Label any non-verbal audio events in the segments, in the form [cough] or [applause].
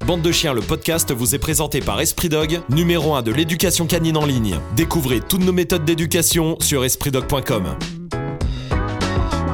Bande de chiens, le podcast vous est présenté par Esprit Dog, numéro 1 de l'éducation canine en ligne. Découvrez toutes nos méthodes d'éducation sur espritdog.com.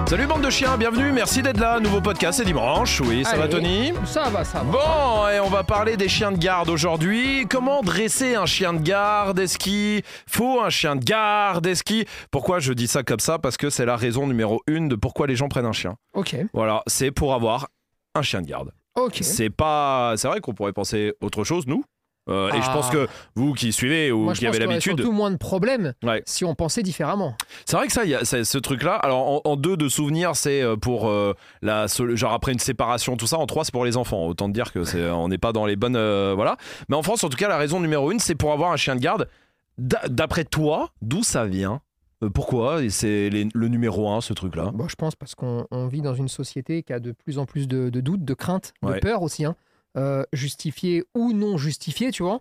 Salut bande de chiens, bienvenue, merci d'être là. Nouveau podcast, c'est dimanche. Oui, ça va Allez. Tony Ça va, ça va. Bon, et on va parler des chiens de garde aujourd'hui. Comment dresser un chien de garde Est-ce qu'il faut un chien de garde Est-ce qu'il... Pourquoi je dis ça comme ça Parce que c'est la raison numéro une de pourquoi les gens prennent un chien. Ok, Voilà, c'est pour avoir un chien de garde. ok. C'est pas, c'est vrai qu'on pourrait penser autre chose nous. Euh, Et je Ah. pense que vous qui suivez ou Moi, je qui pense avez qu'il y aurait l'habitude, surtout moins de problèmes Ouais. si on pensait différemment. c'est vrai que ça, il y a c'est- ce truc-là. Alors en, en deux de souvenirs, c'est euh, pour euh, la so- genre après une séparation, tout ça. En trois, c'est pour les enfants. Autant te dire que c'est, on n'est pas dans les bonnes, euh, voilà. Mais en France, en tout cas, la raison numéro une, c'est pour avoir un chien de garde. D'a- D'après toi, d'où ça vient Euh, Pourquoi Et c'est les- le numéro un ce truc-là Bon, Bah, je pense parce qu'on on vit dans une société qui a de plus en plus de, de doutes, de craintes, Ouais. de peurs aussi, hein, euh, justifiées ou non justifiées, tu vois.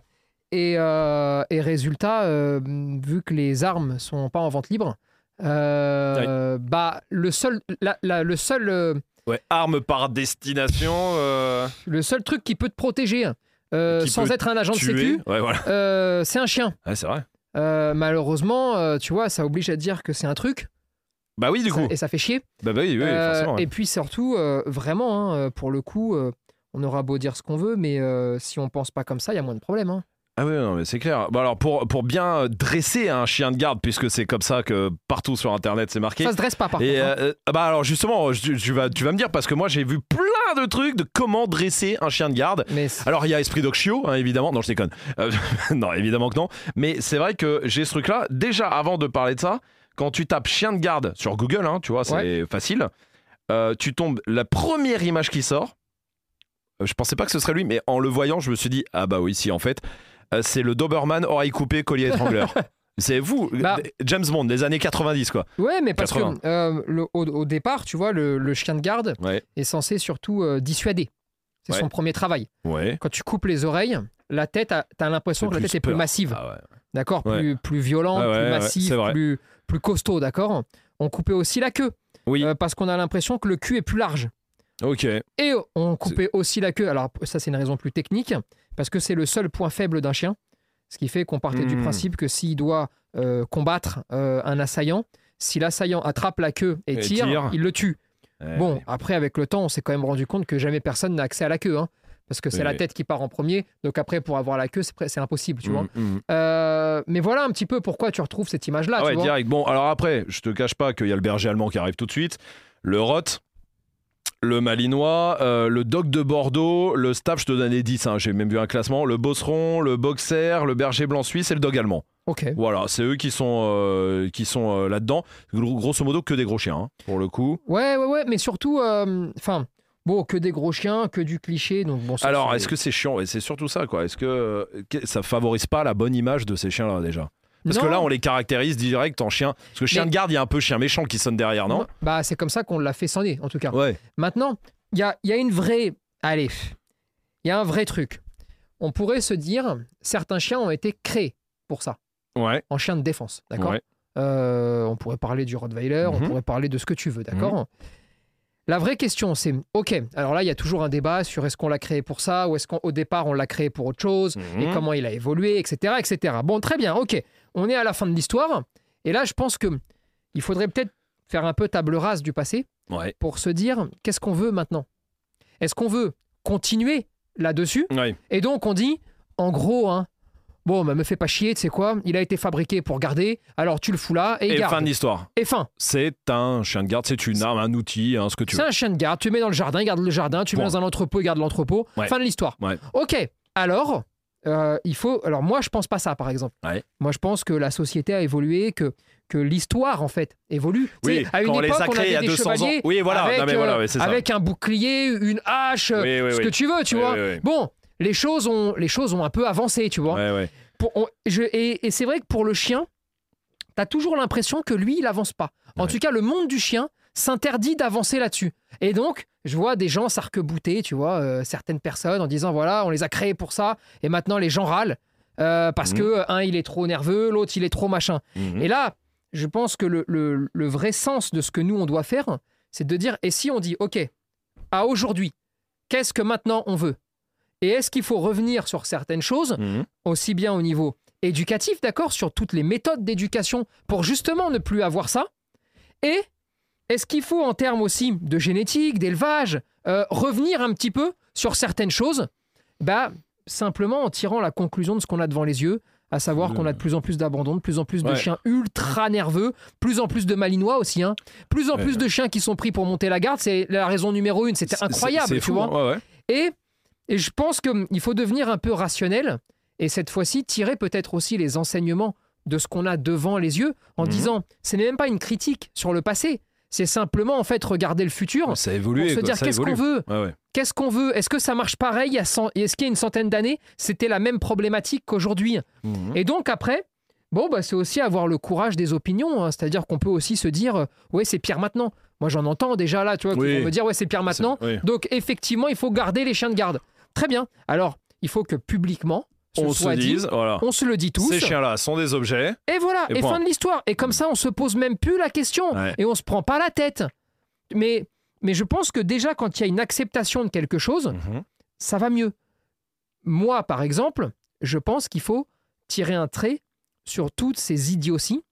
Et, euh, et résultat, euh, vu que les armes sont pas en vente libre, euh, bah le seul, la- la- le seul, euh, Ouais, arme par destination, euh, le seul truc qui peut te protéger hein, euh, Qui sans peut être un agent de tuer. sécu, Ouais, voilà. euh, c'est un chien. Ouais, c'est vrai. Euh, malheureusement, euh, tu vois, ça oblige à dire que c'est un truc Bah oui, du ça- coup. et ça fait chier. Bah, bah oui, oui, Euh, forcément. ouais. Et puis surtout, euh, vraiment, hein, euh, pour le coup, euh, on aura beau dire ce qu'on veut, mais euh, si on pense pas comme ça, il y a moins de problèmes. hein. Ah oui, non, mais c'est clair. Bon, alors, pour, pour bien euh, dresser un chien de garde, puisque c'est comme ça que partout sur Internet c'est marqué. Ça se dresse pas, par et contre. hein. euh, ah bah alors justement, je- tu, vas, tu vas me dire parce que moi j'ai vu plein de trucs de comment dresser un chien de garde. Mais c'est- Alors il y a Esprit Dog Chio, hein, évidemment. Non, je déconne. Euh, [laughs] non, évidemment que non. Mais c'est vrai que j'ai ce truc-là. Déjà, avant de parler de ça, quand tu tapes chien de garde sur Google, hein, tu vois, c'est facile. euh, tu tombes. La première image qui sort, euh, je pensais pas que ce serait lui, mais en le voyant, je me suis dit ah bah oui, si en fait, euh, c'est le Doberman oreille coupée, collier [laughs] étrangleur. c'est vous, euh, Bah. James Bond, les années 90 quoi. ouais, mais parce 80. que euh, le- au, au départ, tu vois, le, le chien de garde Ouais. est censé surtout euh, dissuader. C'est Ouais. son premier travail. Ouais. Quand tu coupes les oreilles, la tête, a- t'as l'impression Fait que la plus tête est plus peur. massive. Ah ouais. D'accord Ouais. plus, plus violent, Ouais, ouais, ouais, plus c'est massif, vrai. plus, plus costaud, d'accord On coupait aussi la queue. Oui. Euh, parce qu'on a l'impression que le cul est plus large. Ok. Et on coupait aussi la queue. Alors, ça, c'est une raison plus technique, parce que c'est le seul point faible d'un chien. Ce qui fait qu'on partait du Hmm. principe que s'il doit euh, combattre euh, un assaillant, si l'assaillant attrape la queue et, Et tire, tire. Eh il le tue. Ouais, bon, ouais. après, avec le temps, on s'est quand même rendu compte que jamais personne n'a accès à la queue. hein, parce que c'est Oui, la oui. tête qui part en premier. Donc, après, pour avoir la queue, c'est pre- c'est impossible, tu vois. Mm, mm. Euh, mais voilà un petit peu pourquoi tu retrouves cette image-là. Ah ouais, tu vois. direct. Bon, alors après, je te cache pas qu'il y a le berger allemand qui arrive tout de suite, le Roth, le Malinois, euh, le Doc de Bordeaux, le Staff, je te donne les 10, hein, j'ai même vu un classement, le Bosseron, le Boxer, le berger blanc suisse et le Dog allemand. Ok. Voilà, c'est eux qui sont, euh, qui sont euh, là-dedans. Gro- grosso modo, que des gros chiens, hein, pour le coup. Ouais, ouais, ouais, mais surtout, euh, enfin, bon, que des gros chiens, que du cliché, donc bon. ça, Alors, c'est- est-ce que c'est chiant Et c'est surtout ça, quoi. Est-ce que euh, que- ça favorise pas la bonne image de ces chiens-là, déjà Parce que Non. là, on les caractérise direct en chien. Parce que chien Mais- de garde, il y a un peu chien méchant qui sonne derrière, non Bah, c'est comme ça qu'on l'a fait sonner, en tout cas. Ouais. Maintenant, il y a, il y a une vraie. Allez, il y a un vrai truc. On pourrait se dire, certains chiens ont été créés pour ça, Ouais. en chiens de défense, d'accord Ouais. Euh, On pourrait parler du Rottweiler, Mhm. on pourrait parler de ce que tu veux, d'accord La vraie question, c'est ok. Alors là, il y a toujours un débat sur est-ce qu'on l'a créé pour ça ou est-ce qu'au départ on l'a créé pour autre chose. et Mhm. comment il a évolué, etc., etc. Bon, très bien, ok. On est à la fin de l'histoire. Et là, je pense que il faudrait peut-être faire un peu table rase du passé Ouais. pour se dire qu'est-ce qu'on veut maintenant Est-ce qu'on veut continuer là-dessus Ouais. Et donc, on dit, en gros, hein, bon, bah, me fais pas chier, tu sais quoi Il a été fabriqué pour garder, alors tu le fous là et, il Et garde. fin de l'histoire. Et fin. C'est un chien de garde, c'est une arme, un outil, hein, ce que tu C'est veux. un chien de garde. Tu le mets dans le jardin, il garde le jardin. Tu le mets Point. dans un entrepôt, il garde l'entrepôt. Ouais. Fin de l'histoire. Ouais. Ok. Alors, euh, il faut. Alors moi, je pense pas ça, par exemple. Ouais. Moi, je pense que la société a évolué, que que l'histoire en fait évolue. Tu Oui, sais, à une quand on les époque, a on créés avait il y a des 200 ans. chevaliers Oui, voilà, avec, non, mais euh, voilà, ouais, c'est ça. avec un bouclier, une hache, euh, Oui, oui, ce oui. que tu veux, tu Oui, vois. oui, oui. Bon, les choses ont les choses ont un peu avancé, tu vois. Ouais, ouais. Pour- on- je- et et c'est vrai que pour le chien, t'as toujours l'impression que lui, il avance pas. En Ouais. tout cas, le monde du chien s'interdit d'avancer là-dessus. Et donc, je vois des gens s'arc-bouter, tu vois, euh, certaines personnes en disant voilà, on les a créés pour ça, et maintenant les gens râlent euh, parce Mhm. que euh, un, il est trop nerveux, l'autre, il est trop machin. Mhm. Et là, je pense que le, le- le vrai sens de ce que nous, on doit faire, c'est de dire et si on dit ok, à aujourd'hui, qu'est-ce que maintenant on veut Et est-ce qu'il faut revenir sur certaines choses, Mhm. aussi bien au niveau éducatif, d'accord, sur toutes les méthodes d'éducation pour justement ne plus avoir ça Et est-ce qu'il faut, en termes aussi de génétique, d'élevage, euh, revenir un petit peu sur certaines choses bah, Simplement en tirant la conclusion de ce qu'on a devant les yeux, à savoir Le- qu'on a de plus en plus d'abandon, de plus en plus de Ouais. chiens ultra nerveux, plus en plus de malinois aussi, hein, plus en Ouais. plus de chiens qui sont pris pour monter la garde, c'est la raison numéro une, c'était C'est- incroyable, c'est- c'est tu fou, vois. hein, ouais, ouais. Et, et je pense qu'il faut devenir un peu rationnel et cette fois-ci tirer peut-être aussi les enseignements de ce qu'on a devant les yeux en Mhm. disant ce n'est même pas une critique sur le passé, c'est simplement en fait regarder le futur Ça pour évolue. se dire qu'est-ce qu'on veut Ouais, ouais. Qu'est-ce qu'on veut Est-ce que ça marche pareil il y a cent- Est-ce qu'il y a une centaine d'années, c'était la même problématique qu'aujourd'hui Mhm. Et donc après, bon, bah, c'est aussi avoir le courage des opinions. hein. C'est-à-dire qu'on peut aussi se dire, euh, ouais, c'est pire maintenant. Moi, j'en entends déjà là, tu vois, Oui. qui vont me dire, ouais, c'est pire maintenant. C'est- ouais. Donc effectivement, il faut garder les chiens de garde. Très bien. Alors, il faut que publiquement, ce On se soit dit, dise, voilà. on se le dit tous. Ces chiens-là sont des objets. Et voilà, Et et, point. fin de l'histoire. Et comme ça, on se pose même plus la question. Ouais. Et on se prend pas la tête. Mais, mais je pense que déjà, quand il y a une acceptation de quelque chose, Mhm. ça va mieux. Moi, par exemple, je pense qu'il faut tirer un trait sur toutes ces idioties,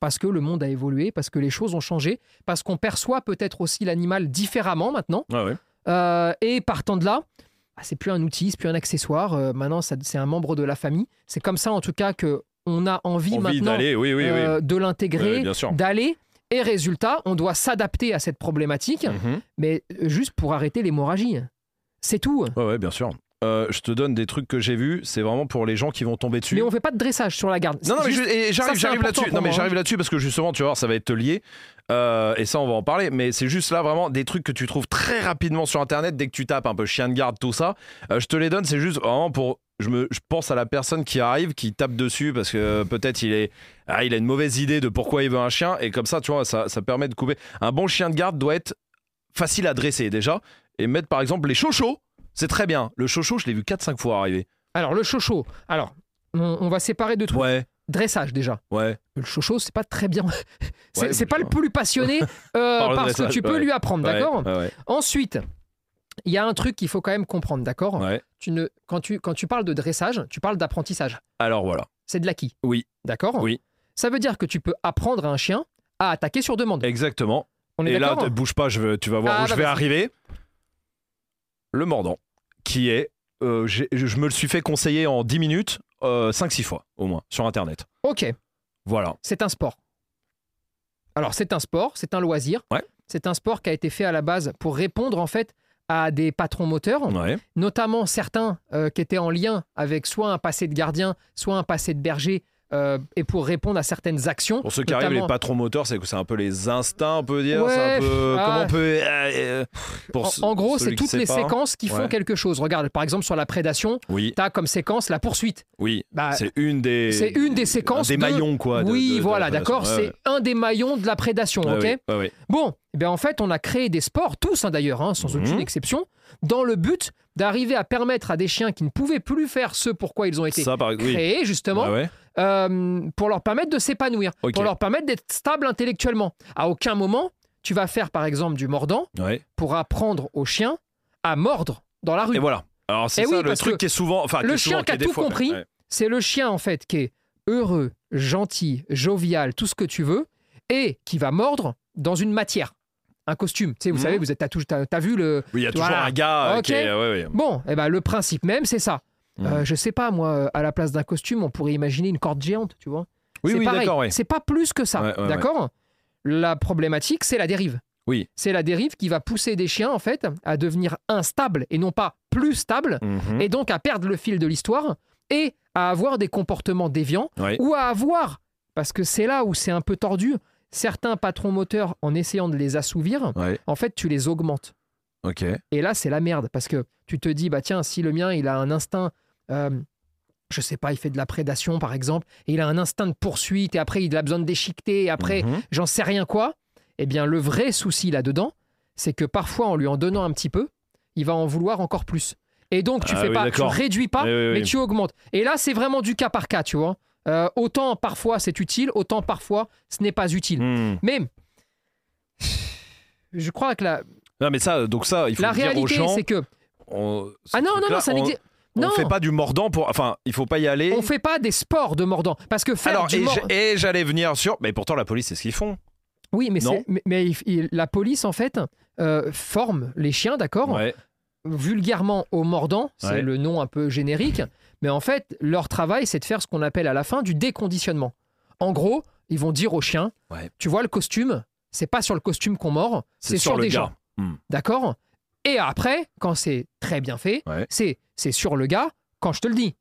parce que le monde a évolué, parce que les choses ont changé, parce qu'on perçoit peut-être aussi l'animal différemment maintenant. Ouais, ouais. Euh, et partant de là, ah, c'est plus un outil, c'est plus un accessoire. Euh, maintenant, ça- c'est un membre de la famille. C'est comme ça, en tout cas, que on a envie, Envie maintenant d'aller, oui, oui, oui. euh, de Ouais, l'intégrer, bien sûr. d'aller. Et résultat, on doit s'adapter à cette problématique, Mhm. mais euh, juste pour arrêter l'hémorragie. C'est tout. Ouais, ouais, bien sûr. Euh, je te donne des trucs que j'ai vus, c'est vraiment pour les gens qui vont tomber dessus. Mais on fait pas de dressage sur la garde. Non, non, C'est mais juste- je- et j'arrive, ça, c'est j'arrive important là-dessus. pour Non, mais moi, hein. j'arrive là-dessus parce que justement, tu vas voir, ça va être lié. Euh, et ça, on va en parler. Mais c'est juste là vraiment des trucs que tu trouves très rapidement sur Internet dès que tu tapes un peu chien de garde, tout ça. Euh, je te les donne, c'est juste vraiment pour. Je, me, je pense à la personne qui arrive, qui tape dessus parce que euh, peut-être il, est, ah, il a une mauvaise idée de pourquoi il veut un chien. Et comme ça, tu vois, ça, ça permet de couper. Un bon chien de garde doit être facile à dresser déjà. Et mettre par exemple les chouchous, c'est très bien. Le chouchou, je l'ai vu 4-5 fois arriver. Alors, le chocho. Alors, on, on va séparer deux trucs. Ouais, Dressage, déjà. ouais. Le chocho, c'est pas très bien. [laughs] c'est Ouais, c'est bah, pas je- le plus passionné [laughs] euh, le parce que dressage, tu peux ouais. lui apprendre, ouais, d'accord ouais, ouais, Ensuite, il y a un truc qu'il faut quand même comprendre, d'accord ouais. tu ne, quand, tu, quand tu parles de dressage, tu parles d'apprentissage. Alors voilà. C'est de l'acquis. Oui. D'accord Oui. Ça veut dire que tu peux apprendre à un chien à attaquer sur demande. Exactement. On est Et là, d'accord te- bouge pas, je veux- tu vas voir Ah, où je bah, vais vas-y. arriver. Le mordant, qui est. euh, j'ai- je je me le suis fait conseiller en 10 minutes, 5-6 fois au moins, sur Internet. Ok, Voilà. c'est un sport. Alors, c'est un sport, c'est un loisir. Ouais. C'est un sport qui a été fait à la base pour répondre en fait à des patrons moteurs, Ouais. notamment certains euh, qui étaient en lien avec soit un passé de gardien, soit un passé de berger, euh, et pour répondre à certaines actions. Pour ceux qui arrivent, les notamment- patrons moteurs, c'est que c'est un peu les instincts, on peut dire. Ouais, c'est un peu. ah. Comment on peut. euh, euh, pour En, ce- en gros, celui qui c'est toutes sait les pas. séquences qui Ouais. font quelque chose. Regarde, par exemple, sur la prédation, Oui, tu as comme séquence la poursuite. oui. Bah, c'est une des. c'est une des séquences Des de- maillons, quoi. de- de- oui, de la voilà, relation. d'accord, Ouais, c'est ouais. un des maillons de la prédation, Ouais, ok oui, ouais, ouais. Bon, eh bien en fait, on a créé des sports, tous hein, d'ailleurs, hein, sans Mhm. aucune exception, dans le but d'arriver à permettre à des chiens qui ne pouvaient plus faire ce pourquoi ils ont été Ça, par oui. créés, justement, Ah ouais. euh, pour leur permettre de s'épanouir, Ok. pour leur permettre d'être stable intellectuellement. À aucun moment, tu vas faire, par exemple, du mordant ouais. pour apprendre au chien à mordre dans la rue. Et voilà. Alors, c'est Eh ça oui, le parce truc que qui est souvent. Enfin, le qui est souvent- chien qui a est des tout fois- compris, ouais. C'est le chien, en fait, qui est heureux, gentil, jovial, tout ce que tu veux, et qui va mordre dans une matière, un costume. Tu sais, vous Mhm. savez, vous êtes t'as tou- t'as- t'as vu le. Oui, il y a toujours Voilà. un gars euh, Ok. qui est. ouais, ouais. Bon, eh ben, le principe même, c'est ça. Mhm. Euh, je sais pas, moi, euh, à la place d'un costume, on pourrait imaginer une corde géante, tu vois. Oui, c'est oui, pareil. d'accord, ouais. C'est pas plus que ça, Ouais, ouais, d'accord La problématique, c'est la dérive. Oui. C'est la dérive qui va pousser des chiens, en fait, à devenir instables et non pas plus stables, Mhm. et donc à perdre le fil de l'histoire et à avoir des comportements déviants Ouais. ou à avoir, parce que c'est là où c'est un peu tordu, certains patrons moteurs, en essayant de les assouvir, Ouais, en fait, tu les augmentes. ok. Et là, c'est la merde, parce que tu te dis, bah tiens, si le mien, il a un instinct, euh, je sais pas, il fait de la prédation, par exemple, et il a un instinct de poursuite, et après, il a besoin de déchiqueter, et après, Mhm. j'en sais rien quoi, eh bien le vrai souci là-dedans, c'est que parfois en lui en donnant un petit peu, il va en vouloir encore plus. Et donc tu Ah fais oui, pas, tu d'accord. réduis pas, Oui, oui, oui. mais tu augmentes. Et là c'est vraiment du cas par cas, tu vois. Euh, autant parfois c'est utile, autant parfois ce n'est pas utile. Mhm. Mais je crois que la, Non, mais ça, donc ça, il faut la le dire aux réalité gens. c'est que on- ce Ah non, non, truc-là, non, ça on- n'existe. On Non, fait pas du mordant pour. Enfin, il faut pas y aller. on fait pas des sports de mordant. Parce que faire Alors, du et mor- j'ai- et j'allais venir sur. Mais pourtant, la police, c'est ce qu'ils font. Oui, mais, Non. c'est- mais, mais il- il- la police, en fait, euh, forme les chiens, d'accord Ouais. Vulgairement au mordant, c'est Ouais. le nom un peu générique. Mais en fait, leur travail, c'est de faire ce qu'on appelle à la fin du déconditionnement. En gros, ils vont dire aux chiens Ouais. Tu vois le costume C'est pas sur le costume qu'on mord, c'est sur, le des gens. gars. Hmm. D'accord Et après, quand c'est très bien fait, Ouais. c'est c'est sur le gars quand je te le dis.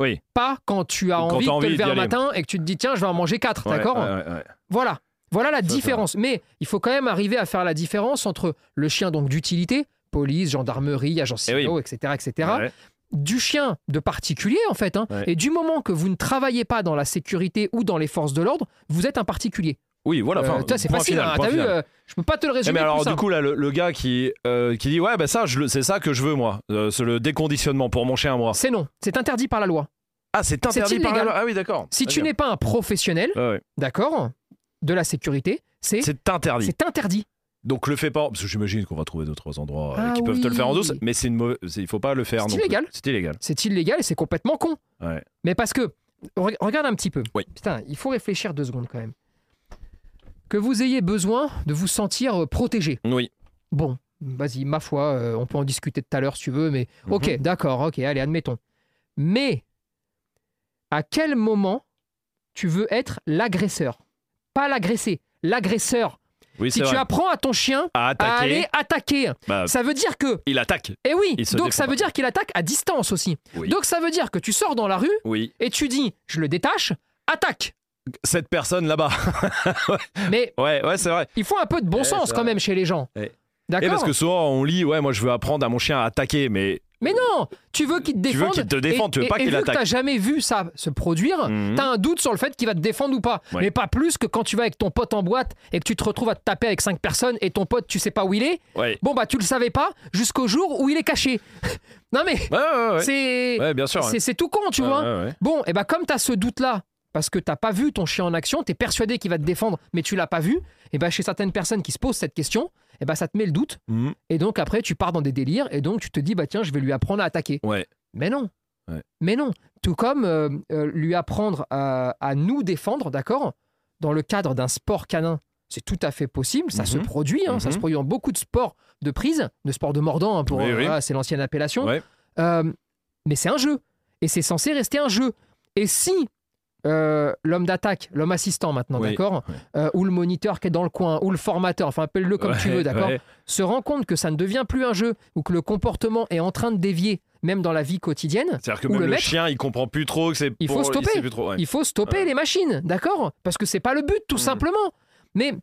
Oui. Pas quand tu as Ou quand envie t'as de te envie lever d'y un aller. matin et que tu te dis tiens, je vais en manger quatre, Ouais, d'accord ouais, ouais, ouais. Voilà. Voilà la Ça, c'est différence. Mais il faut quand même arriver à faire la différence entre le chien donc d'utilité, police, gendarmerie, agence Eh oui. CIO, etc., etc., Ouais. du chien de particulier en fait. hein. Ouais. Et du moment que vous ne travaillez pas dans la sécurité ou dans les forces de l'ordre, vous êtes un particulier. Oui, voilà. Euh, enfin, toi, c'est Oh point facile. final, hein, point T'as vu, final. euh, je peux pas te le Eh, résumer. mais alors plus du simple. coup là le, le gars qui, euh, qui dit ouais bah ça je le- c'est ça que je veux moi Euh, c'est le déconditionnement pour mon chien moi c'est non, c'est interdit par la loi. ah c'est interdit par la illégal. loi ah oui d'accord Si tu D'accord. n'es pas un professionnel, Ah Ouais, ouais. d'accord, de la sécurité, c'est c'est interdit c'est interdit. donc le fais pas parce que j'imagine qu'on va trouver deux trois endroits euh, Ah qui peuvent te le faire en oui. douce mais c'est une mauvaise c'est- il faut pas le faire C'est non plus. illégal. c'est illégal C'est illégal et c'est complètement con. ouais. Mais parce que, re- regarde un petit peu. Oui. Putain, il faut réfléchir deux secondes quand même. Que vous ayez besoin de vous sentir euh, protégé. oui Bon, vas-y, ma foi, euh, on peut en discuter tout à l'heure si tu veux, mais Mhm. ok, d'accord, ok, allez, admettons. Mais à quel moment tu veux être l'agresseur Pas l'agressé, l'agresseur. oui Si c'est tu vrai apprends à ton chien à à attaquer aller attaquer, bah, ça veut dire que il attaque Eh oui, Il se donc défend ça pas. veut dire qu'il attaque à distance aussi. Oui. Donc ça veut dire que tu sors dans la rue oui et tu dis je le détache, [laughs] attaque. cette personne là bas Mais ouais ouais c'est vrai il faut un peu de bon Eh, sens ça- quand même chez les gens. Eh. et D'accord parce que souvent on lit ouais moi je veux apprendre à mon chien à attaquer mais Mais non, tu veux qu'il te Tu veux défende. qu'il te défende, et- tu veux et- pas et qu'il vu que attaque. T'as jamais vu ça se produire. Mhm. T'as un doute sur le fait qu'il va te défendre ou pas. Ouais. Mais pas plus que quand tu vas avec ton pote en boîte et que tu te retrouves à te taper avec cinq personnes et ton pote tu sais pas où il est. ouais Bon bah tu le savais pas jusqu'au jour où il est caché. [laughs] non mais ouais ouais, ouais. c'est Ouais, bien sûr ouais. c'est c'est tout con tu Ouais, vois. ouais, ouais. Bon, et bah comme t'as ce doute-là, parce que t'as pas vu ton chien en action, t'es persuadé qu'il va te défendre, mais tu l'as pas vu, et bah chez certaines personnes qui se posent cette question, et bah ça te met le doute, Mhm. et donc après tu pars dans des délires, et donc tu te dis, bah tiens, je vais lui apprendre à attaquer. ouais Mais non. Ouais. Mais non. Tout comme euh, euh, lui apprendre à, à nous défendre, d'accord Dans le cadre d'un sport canin, c'est tout à fait possible, ça se Mhm. produit, hein, ça Mhm. se produit en beaucoup de sports de prise, de sports de mordant, hein, pour, Oui, euh, oui. voilà, c'est l'ancienne appellation. Ouais. Euh, mais c'est un jeu. Et c'est censé rester un jeu. Et si euh, l'homme d'attaque, l'homme assistant maintenant, Oui, d'accord ouais. Euh, Ou le moniteur qui est dans le coin, ou le formateur, enfin appelle-le comme Mhm. tu Ouais, veux, d'accord ouais. Se rend compte que ça ne devient plus un jeu, ou que le comportement est en train de dévier, même dans la vie quotidienne, C'est-à-dire que Ou même le le, maître. chien, il comprend plus trop que c'est Il pour- faut stopper. sait plus trop, ouais. il faut stopper Ouais. les machines, d'accord Parce que c'est pas le but, tout Mhm. simplement. Mais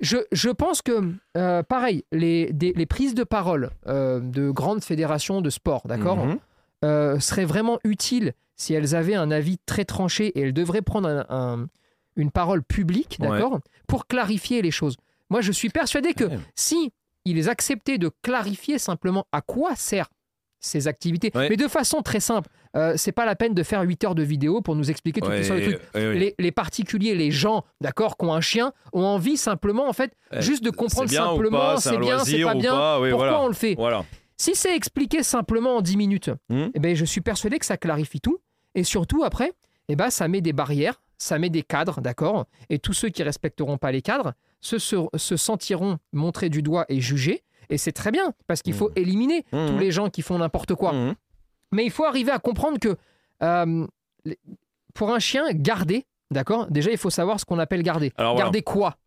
je, je pense que, euh, pareil, les, des- les prises de parole euh, de grandes fédérations de sport, d'accord Mhm. euh, seraient vraiment utiles si elles avaient un avis très tranché et elles devraient prendre un- un- une parole publique, Ouais. d'accord, pour clarifier les choses. Moi, je suis persuadé que Ah Ouais. si ils acceptaient de clarifier simplement à quoi servent ces activités, Ouais. mais de façon très simple, euh, c'est pas la peine de faire 8 heures de vidéo pour nous expliquer toutes Ouais, les sortes de trucs. ouais, ouais. Les, les particuliers, les gens, d'accord, qui ont un chien, ont envie simplement, en fait, Eh, juste de C'est comprendre bien ou simplement, pas, un c'est bien, c'est loisir pas ou bien, pas, oui, pourquoi voilà. on le fait. Voilà. Si c'est expliqué simplement en 10 minutes, Mhm. eh ben, je suis persuadé que ça clarifie tout. Et surtout, après, eh ben, ça met des barrières, ça met des cadres, d'accord Et tous ceux qui respecteront pas les cadres se, ser- se sentiront montrés du doigt et jugés. Et c'est très bien, parce qu'il faut Mhm. éliminer tous Mhm. les gens qui font n'importe quoi. Mhm. Mais il faut arriver à comprendre que euh, les- pour un chien, garder, d'accord Déjà, il faut savoir ce qu'on appelle garder. Alors, voilà. Garder quoi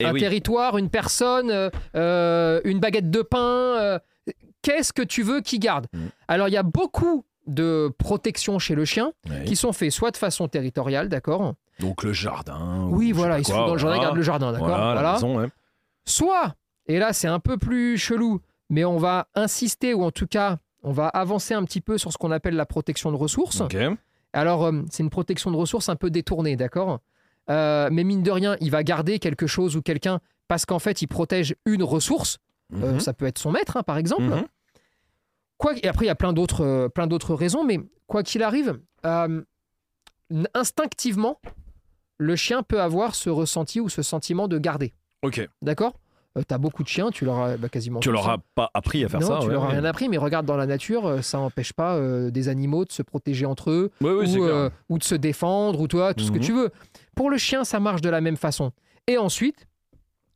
Eh un oui. territoire, une personne, euh, euh, une baguette de pain. euh, Qu'est-ce que tu veux qu'il garde Mhm. Alors, il y a beaucoup de protections chez le chien Ouais. qui sont faites soit de façon territoriale, d'accord Donc le jardin. ou Oui, Oh, je sais voilà, pas ils sont quoi, dans le jardin, voilà. garde le jardin, d'accord Voilà, la Voilà. maison, ouais. Soit, et là c'est un peu plus chelou, mais on va insister ou en tout cas, on va avancer un petit peu sur ce qu'on appelle la protection de ressources. Ok. Alors, euh, c'est une protection de ressources un peu détournée, d'accord Euh, Mais mine de rien, il va garder quelque chose ou quelqu'un parce qu'en fait, il protège une ressource. Euh, Mhm. ça peut être son maître, hein, par exemple. Mhm. Quoi, et après, il y a plein d'autres, euh, plein d'autres raisons, mais quoi qu'il arrive, euh, n- instinctivement, le chien peut avoir ce ressenti ou ce sentiment de garder. Ok. D'accord euh, t'as beaucoup de chiens, tu leur as bah, quasiment. Tu tous, leur hein. as pas appris à faire non, ça. tu ouais, leur as ouais. rien appris, mais regarde dans la nature, euh, ça n'empêche pas euh, des animaux de se protéger entre eux Oui, oui, c'est ou, clair. euh, ou de se défendre ou toi, tout ce que Mhm. tu veux. Pour le chien, ça marche de la même façon. Et ensuite,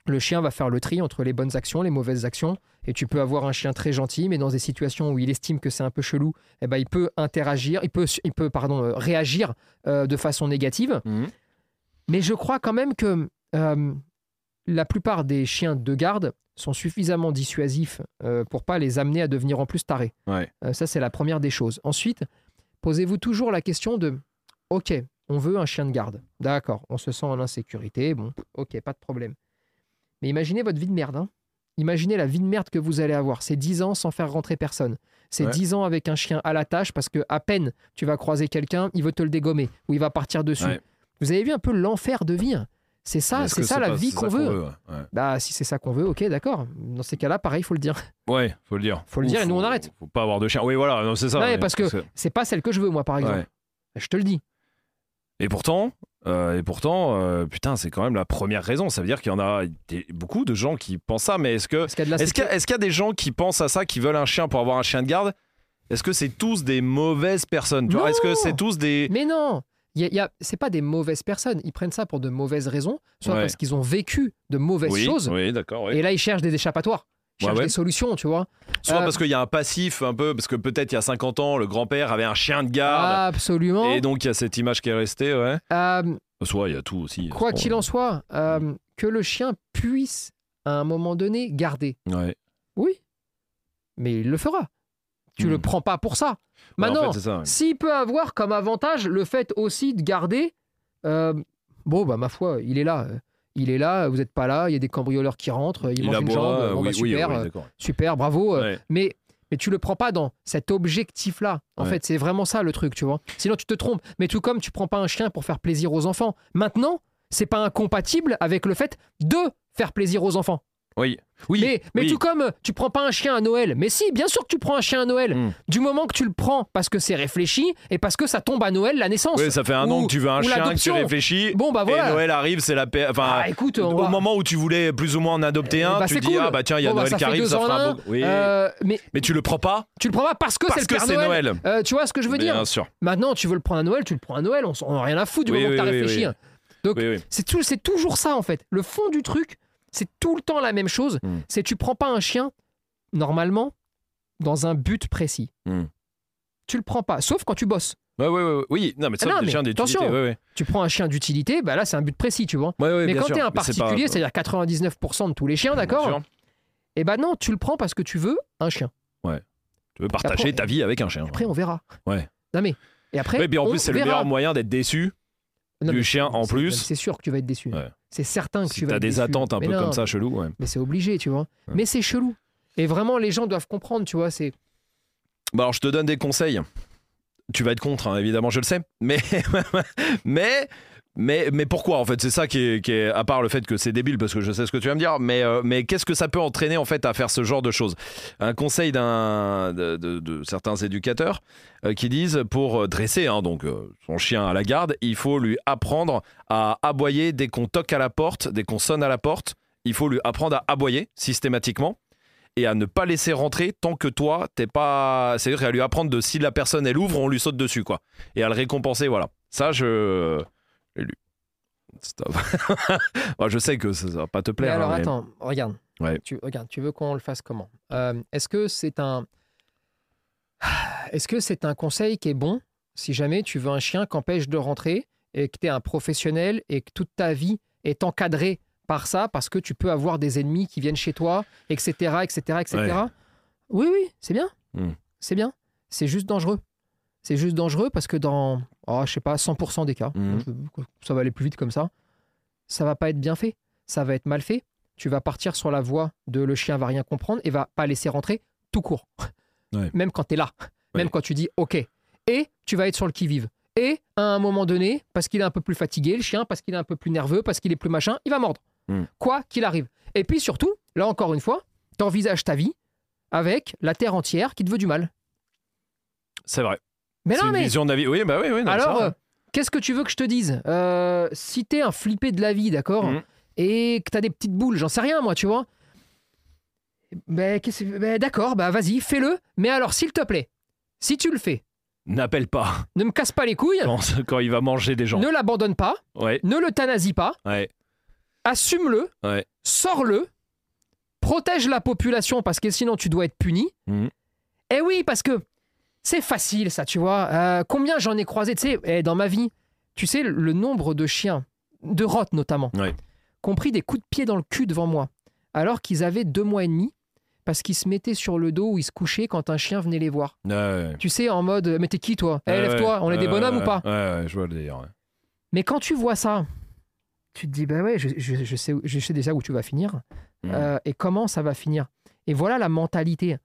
le chien va faire le tri entre les bonnes actions, les mauvaises actions. Et tu peux avoir un chien très gentil, mais dans des situations où il estime que c'est un peu chelou, eh ben, il peut interagir, il peut, il peut pardon, euh, réagir euh, de façon négative. Mhm. Mais je crois quand même que euh, la plupart des chiens de garde sont suffisamment dissuasifs euh, pour pas les amener à devenir en plus tarés. Ouais. Euh, ça, c'est la première des choses. Ensuite, posez-vous toujours la question de OK, on veut un chien de garde. D'accord, on se sent en insécurité. Bon, OK, pas de problème. Mais imaginez votre vie de merde. hein. Imaginez la vie de merde que vous allez avoir. C'est 10 ans sans faire rentrer personne. C'est Ouais. 10 ans avec un chien à la tâche parce que à peine tu vas croiser quelqu'un, il veut te le dégommer ou il va partir dessus. Ouais. Vous avez vu un peu l'enfer de vie. hein. C'est ça, Est-ce c'est que ça la pas- vie c'est qu'on ça veut. ouais. Ouais. Bah si c'est ça qu'on veut, OK, d'accord. Dans ces cas-là, pareil, il faut le dire. [laughs] Ouais, faut le dire. Faut le Ou dire et nous, on faut- arrête. Faut pas avoir de chien. Oui, voilà, non, c'est ça. Ouais, ouais, parce que- C'est pas celle que je veux moi par exemple. ouais. Je te le dis. Et pourtant, euh, et pourtant, euh, putain, c'est quand même la première raison. Ça veut dire qu'il y en a des- beaucoup de gens qui pensent ça. Mais est-ce que Parce qu'il y a de la Est-ce qu'il y, a- est-ce qu'il y a des gens qui pensent à ça, qui veulent un chien pour avoir un chien de garde Est-ce que c'est tous des mauvaises personnes tu vois Non Est-ce que c'est tous des. Mais non il y a- il y a- C'est pas des mauvaises personnes. Ils prennent ça pour de mauvaises raisons, soit Ouais. parce qu'ils ont vécu de mauvaises oui, choses, oui, d'accord. oui. et là ils cherchent des échappatoires. Ils Ouais, cherchent ouais. des solutions, tu vois. Soit euh, parce qu'il y a un passif un peu, parce que peut-être il y a 50 ans, le grand-père avait un chien de Ah, garde. Absolument. Ah, bah. Et donc il y a cette image qui est restée, ouais. Euh, Soit il y a tout aussi. hein, quoi Bon, qu'il en soit, Mm. euh, que le chien puisse, à un moment donné, garder. ouais. Oui. Mais il le fera. Tu Hmm. le prends pas pour ça. Ouais, en Maintenant, fait, c'est ça, ouais. S'il peut avoir comme avantage le fait aussi de garder, euh, bon, bah ma foi, il est là. euh, Il est là, vous n'êtes pas là, il y a des cambrioleurs qui rentrent, il, mange une aboie, jambe, euh, bon, oui, bah, oui, super, oui, euh, d'accord. super, bravo. euh, Ouais. Mais, mais tu le prends pas dans cet objectif-là. En Ouais. fait, c'est vraiment ça le truc, tu vois. Sinon, tu te trompes. Mais tout comme tu prends pas un chien pour faire plaisir aux enfants, maintenant, c'est pas incompatible avec le fait de faire plaisir aux enfants. Oui. Oui. Mais, mais oui. tout comme euh, tu prends pas un chien à Noël, mais si, bien sûr que tu prends un chien à Noël. Mm. Du moment que tu le prends parce que c'est réfléchi et parce que ça tombe à Noël la naissance. Oui, ça fait un an Ou- que tu veux un ou chien, que tu l'adoption. réfléchis. Bon bah voilà. Et Noël arrive, c'est la paix. Enfin, Ah, écoute, on au va- moment où tu voulais plus ou moins en adopter Eh un, bah, tu c'est dis cool. ah bah tiens il y a Bon, bah, Noël ça qui fait arrive, deux ça en fera un un. beau. Oui. Euh, mais Mais tu le prends pas tu le prends pas parce que c'est parce le que Père c'est Noël. Euh, tu vois ce que je veux Bien dire sûr. Maintenant, tu veux le prendre à Noël, tu le prends à Noël. On s'en- on a rien à foutre du Oui, moment oui, que t'as oui, réfléchi. oui. hein. Donc, Oui, oui. C'est tout- c'est toujours ça en fait. Le fond du truc, c'est tout le temps la même chose. Mm. C'est tu prends pas un chien normalement dans un but précis. Mm. Tu le prends pas, sauf quand tu bosses. Ouais, ouais, ouais, ouais. Oui, non, mais ça, Ah non, des mais chiens d'utilité. attention. Ouais, ouais. Tu prends un chien d'utilité, bah là c'est un but précis, tu vois. Ouais, ouais, Mais bien quand sûr. t'es un Mais c'est pas- particulier, c'est-à-dire 99% de tous les chiens, Bien d'accord sûr. Et bah non, tu le prends parce que tu veux un chien. Tu veux partager Après- ta vie avec un chien. Après on verra. Ouais. Non mais et après. Ouais, et puis en on plus, c'est le verra. meilleur moyen d'être déçu Non, du mais chien en c'est- plus. C'est sûr que tu vas être déçu. Ouais. C'est certain que Si tu vas. t'as être des déçu. attentes un Mais peu non, comme ça, chelou. ouais. Mais c'est obligé, tu vois. Ouais. Mais c'est chelou. Et vraiment, les gens doivent comprendre, tu vois. C'est Bah alors je te donne des conseils. Tu vas être contre, hein, évidemment, je le sais. Mais, [laughs] mais, mais, mais pourquoi en fait C'est ça qui est, qui est- à part le fait que c'est débile, parce que je sais ce que tu vas me dire. Mais, euh, mais qu'est-ce que ça peut entraîner en fait à faire ce genre de choses Un conseil d'un de, de- de certains éducateurs euh, qui disent pour euh, dresser hein, donc euh, son chien à la garde, il faut lui apprendre à aboyer dès qu'on toque à la porte, dès qu'on sonne à la porte. Il faut lui apprendre à aboyer systématiquement et à ne pas laisser rentrer tant que toi t'es pas c'est-à-dire à lui apprendre de si la personne elle ouvre on lui saute dessus quoi et à le récompenser voilà ça je j'ai lu Stop. [laughs] Bon, je sais que ça, ça va pas te Mais plaire alors hein, mais- attends, regarde. Ouais. Tu, regarde, tu veux qu'on le fasse comment Euh, Est-ce que c'est un. Est-ce que c'est un conseil qui est bon si jamais tu veux un chien qu'empêche de rentrer et que tu es un professionnel et que toute ta vie est encadrée par ça parce que tu peux avoir des ennemis qui viennent chez toi, etc. etc., etc. Ouais. Oui, oui, c'est bien. Hmm. C'est bien. C'est juste dangereux. C'est juste dangereux parce que dans, oh, je sais pas, 100% des cas, Mhm. je- ça va aller plus vite comme ça, ça va pas être bien fait. Ça va être mal fait. Tu vas partir sur la voie de le chien va rien comprendre et va pas laisser rentrer tout court. [laughs] Ouais. Même quand tu es là. Même Ouais. quand tu dis OK. Et tu vas être sur le qui-vive. Et à un moment donné, parce qu'il est un peu plus fatigué, le chien, parce qu'il est un peu plus nerveux, parce qu'il est plus machin, il va mordre. Mhm. Quoi qu'il arrive. Et puis surtout, là encore une fois, t'envisages ta vie avec la terre entière qui te veut du mal. c'est vrai Mais c'est non, une mais vision de la vie oui bah oui, oui non, alors, c'est euh, vrai. qu'est-ce que tu veux que je te dise Euh, Si t'es un flippé de la vie, d'accord Mhm. Et que t'as des petites boules, j'en sais rien, moi, tu vois Ben, qu'est-ce- ben, d'accord, bah vas-y, fais-le. Mais alors, s'il te plaît, si tu le fais, N'appelle pas ne me casse pas les couilles, quand, quand il va manger des gens. ne l'abandonne pas, Ouais, ne l'euthanasie pas, ouais, assume-le, ouais. sors-le, protège la population parce que sinon tu dois être puni. Mhm. Eh oui, parce que c'est facile ça, tu vois. Euh, combien j'en ai croisé, tu sais, eh, dans ma vie, tu sais, le nombre de chiens, de rottes notamment, Ouais. qui ont pris des coups de pied dans le cul devant moi, alors qu'ils avaient deux mois et demi, parce qu'ils se mettaient sur le dos ou ils se couchaient quand un chien venait les voir. Ouais, Tu sais, en mode, mais t'es qui toi Eh, ouais. lève-toi, on est des Ouais, bonhommes ouais, ou pas Ouais, ouais, je vois le délire. ouais. mais quand tu vois ça, tu te dis, bah ouais, je, je- je sais, où- je sais déjà où tu vas finir Mhm. euh, et comment ça va finir. Et voilà la mentalité.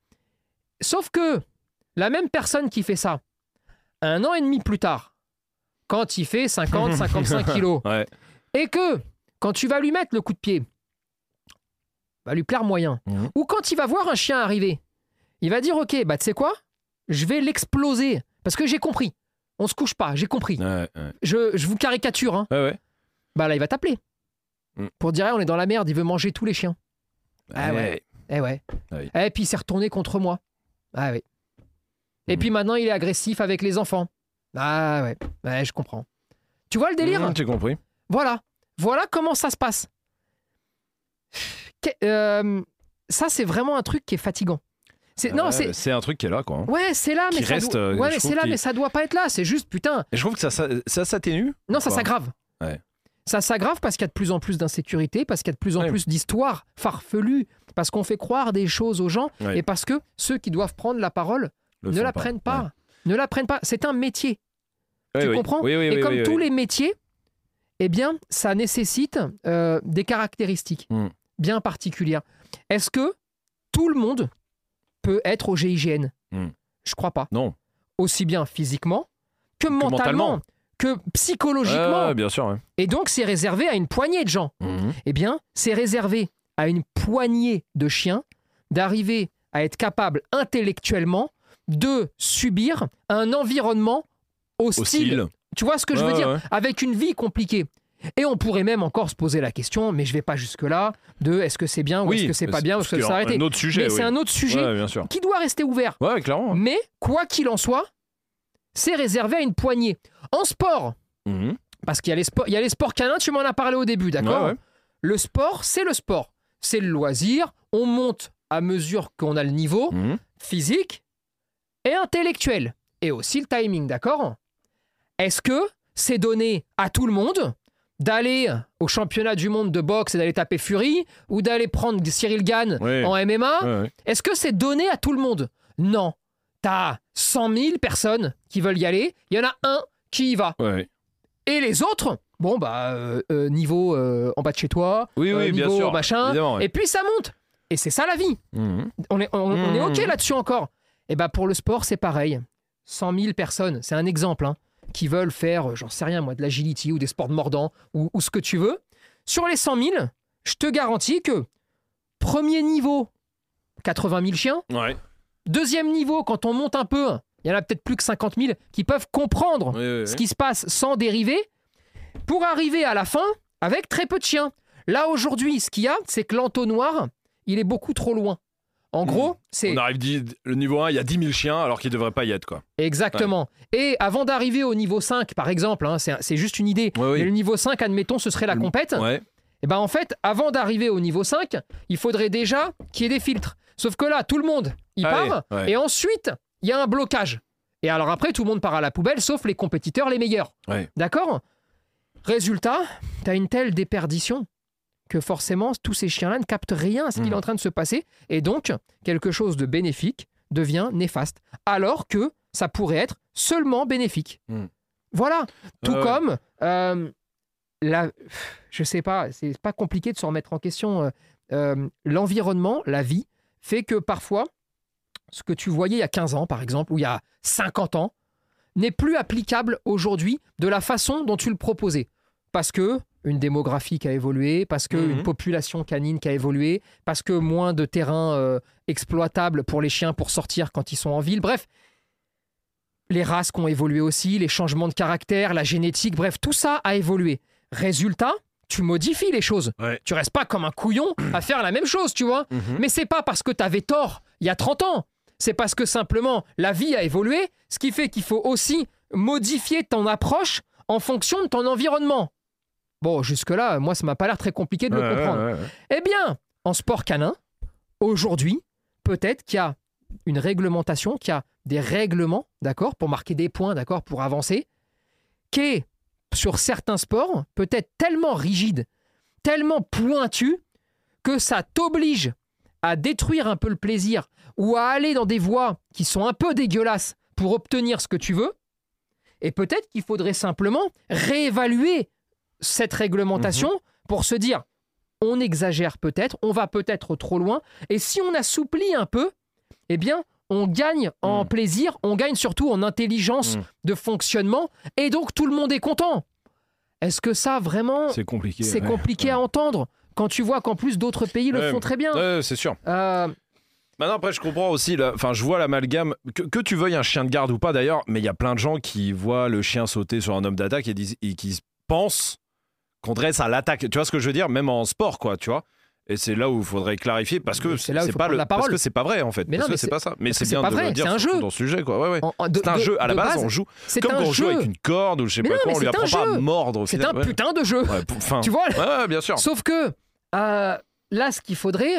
Sauf que la même personne qui fait ça, un an et demi plus tard, quand il fait [laughs] 50, 55 kilos, Hmm. Ouais. et que quand tu vas lui mettre le coup de pied, va lui plaire moyen, Mhm. ou quand il va voir un chien arriver, il va dire, ok, bah tu sais quoi, je vais l'exploser, parce que j'ai compris. On se couche pas, j'ai compris. Ouais, ouais. Je, je vous caricature, hein. Ouais, ouais. Bah là, il va t'appeler. Mm. Pour dire, Ah, on est dans la merde, il veut manger tous les chiens. Ah ouais. Eh ouais. Ah oui. Eh, puis il s'est retourné contre moi. Ah oui. Et Mm. puis maintenant, il est agressif avec les enfants. Ah ouais. Ouais, je comprends. Tu vois le délire Mmh, J'ai compris. Voilà. Voilà comment ça se passe. Que- euh, ça, c'est vraiment un truc qui est fatigant. C'est, non, Ah Ouais, c'est. c'est un truc qui est là, quoi. hein. Ouais, c'est là, mais qui ça reste, doit... euh, ouais, je mais c'est trouve là, qu'il- mais ça doit pas être là. C'est juste, putain, Et je trouve que ça, ça, ça s'atténue. Non, ça Quoi. s'aggrave. Ouais. Ça s'aggrave parce qu'il y a de plus en plus d'insécurité, parce qu'il y a de plus en Ouais. plus d'histoires farfelues, parce qu'on fait croire des choses aux gens Ouais. et parce que ceux qui doivent prendre la parole Le ne font la prennent pas. Ne la prennent pas. C'est un métier. Ouais. tu Ouais, ouais. comprends Oui, oui, et oui, comme oui, tous oui. les métiers, eh bien, ça nécessite euh, des caractéristiques Hmm. bien particulières. Est-ce que tout le monde peut être au GIGN Hmm. Je crois pas. Non. Aussi bien physiquement que, mentalement, mentalement. que Ouais, psychologiquement. ouais, bien sûr. ouais. Et donc, c'est réservé à une poignée de gens. Mmh. Eh bien, c'est réservé à une poignée de chiens d'arriver à être capable intellectuellement de subir un environnement hostile. Hostile. Tu vois ce que je veux Ouais, dire ouais. Avec une vie compliquée. Et on pourrait même encore se poser la question, mais je vais pas jusque-là, de est-ce que c'est bien ou est-ce que c'est pas bien ou est-ce que ça C'est arrêté. un autre sujet. Mais oui. c'est un autre sujet Ouais, bien sûr. qui doit rester ouvert. Ouais, clairement. ouais. Mais quoi qu'il en soit, c'est réservé à une poignée. En sport, Mmh. parce qu'il y a les, sports- il y a les sports canins, tu m'en as parlé au début, d'accord Ouais, ouais. Le sport, c'est le sport. C'est le loisir. On monte à mesure qu'on a le niveau Mmh. physique et intellectuel. Et aussi le timing, d'accord Est-ce que c'est donné à tout le monde d'aller au championnat du monde de boxe et d'aller taper Fury ou d'aller prendre Cyril Gann Ouais. en MMA Ouais, ouais. est-ce que c'est donné à tout le monde Non. T'as 100 000 personnes qui veulent y aller, il y en a un qui y va. Ouais, ouais. Et les autres Bon, bah, euh, euh, niveau euh, en bas de chez toi, Oui, euh, oui, bien niveau sûr. machin, Évidemment, ouais. et puis ça monte. Et c'est ça la vie. Mmh. On est, on, on est OK Mmh. là-dessus encore. Et bah, pour le sport, c'est pareil. 100 000 personnes, c'est un exemple, hein, qui veulent faire, euh, j'en sais rien moi, de l'agility ou des sports de mordant ou, ou ce que tu veux. Sur les 100 000, je te garantis que premier niveau, 80 000 chiens. Ouais. Deuxième niveau, quand on monte un peu, il y en a peut-être plus que 50 000 qui peuvent comprendre Ouais, ouais, ouais. ce qui se passe sans dériver pour arriver à la fin avec très peu de chiens. Là, aujourd'hui, ce qu'il y a, c'est que l'entonnoir, il est beaucoup trop loin. En Mhm. gros, c'est On arrive dit, le niveau 1, il y a 10 000 chiens alors qu'ils ne devraient pas y être. Quoi. exactement. Et avant d'arriver au niveau 5, par exemple, hein, c'est c'est juste une idée, Ouais, mais le oui. niveau 5, admettons, ce serait la Le- compète. Ouais. Et ben en fait, avant d'arriver au niveau 5, il faudrait déjà qu'il y ait des filtres. Sauf que là, tout le monde y Ah part, oui, ouais. et ensuite, il y a un blocage. Et alors après, tout le monde part à la poubelle, sauf les compétiteurs les meilleurs. Ouais. D'accord Résultat, tu as une telle déperdition que forcément, tous ces chiens-là ne captent rien à ce qu'il Mhm. est en train de se passer, et donc, quelque chose de bénéfique devient néfaste, alors que ça pourrait être seulement bénéfique. Mhm. Voilà. Tout Ouais, ouais. comme euh, la, je sais pas, c'est pas compliqué de se remettre en question. euh, euh, L'environnement, la vie, fait que parfois, ce que tu voyais il y a 15 ans, par exemple, ou il y a 50 ans, n'est plus applicable aujourd'hui de la façon dont tu le proposais. Parce que une démographie qui a évolué, parce que Mhm. une population canine qui a évolué, parce que moins de terrain euh, exploitable pour les chiens pour sortir quand ils sont en ville. Bref, les races qui ont évolué aussi, les changements de caractère, la génétique, bref, tout ça a évolué. Résultat, tu modifies les choses. Ouais. Tu restes pas comme un couillon à faire la même chose, tu vois. Mhm. Mais c'est pas parce que t'avais tort il y a 30 ans. C'est parce que simplement la vie a évolué, ce qui fait qu'il faut aussi modifier ton approche en fonction de ton environnement. Bon, jusque-là, moi, ça m'a pas l'air très compliqué de Ouais, le comprendre. ouais, ouais, ouais. Eh bien, en sport canin, aujourd'hui, peut-être qu'il y a une réglementation, qu'il y a des règlements, d'accord, pour marquer des points, d'accord, pour avancer, qui est, sur certains sports, peut-être tellement rigide, tellement pointu, que ça t'oblige à détruire un peu le plaisir ou à aller dans des voies qui sont un peu dégueulasses pour obtenir ce que tu veux. Et peut-être qu'il faudrait simplement réévaluer cette réglementation pour se dire on exagère peut-être, on va peut-être trop loin. Et si on assouplit un peu, eh bien, on gagne en Mm. plaisir, on gagne surtout en intelligence Mm. de fonctionnement, et donc tout le monde est content. Est-ce que ça, vraiment, C'est compliqué. c'est ouais. compliqué à entendre quand tu vois qu'en plus d'autres pays le Ouais. font très bien Ouais, c'est sûr. Euh, Maintenant, après, je comprends aussi, la- enfin, je vois l'amalgame, que, que tu veuilles un chien de garde ou pas d'ailleurs, mais il y a plein de gens qui voient le chien sauter sur un homme d'attaque et, disent- et qui pensent qu'on dresse à l'attaque. Tu vois ce que je veux dire Même en sport, quoi, tu vois et c'est là où il faudrait clarifier parce que Mais c'est c'est là où il faut pas prendre le la parce parole. que c'est pas vrai en fait Mais non, parce mais que c'est c'est- pas ça mais parce c'est que c'est bien pas de vrai, le dire c'est un surtout jeu. dans ce sujet quoi ouais ouais en- en- de- c'est un de- jeu à la de base, on joue c'est comme un quand on joue jeu. avec une corde ou je sais Mais pas non, quoi mais on lui c'est un apprend pas à jeu. mordre au C'est final un ouais. putain de jeu. Ouais, pour- enfin, Tu vois, ouais, ouais, bien sûr Sauf que euh, là, ce qu'il faudrait,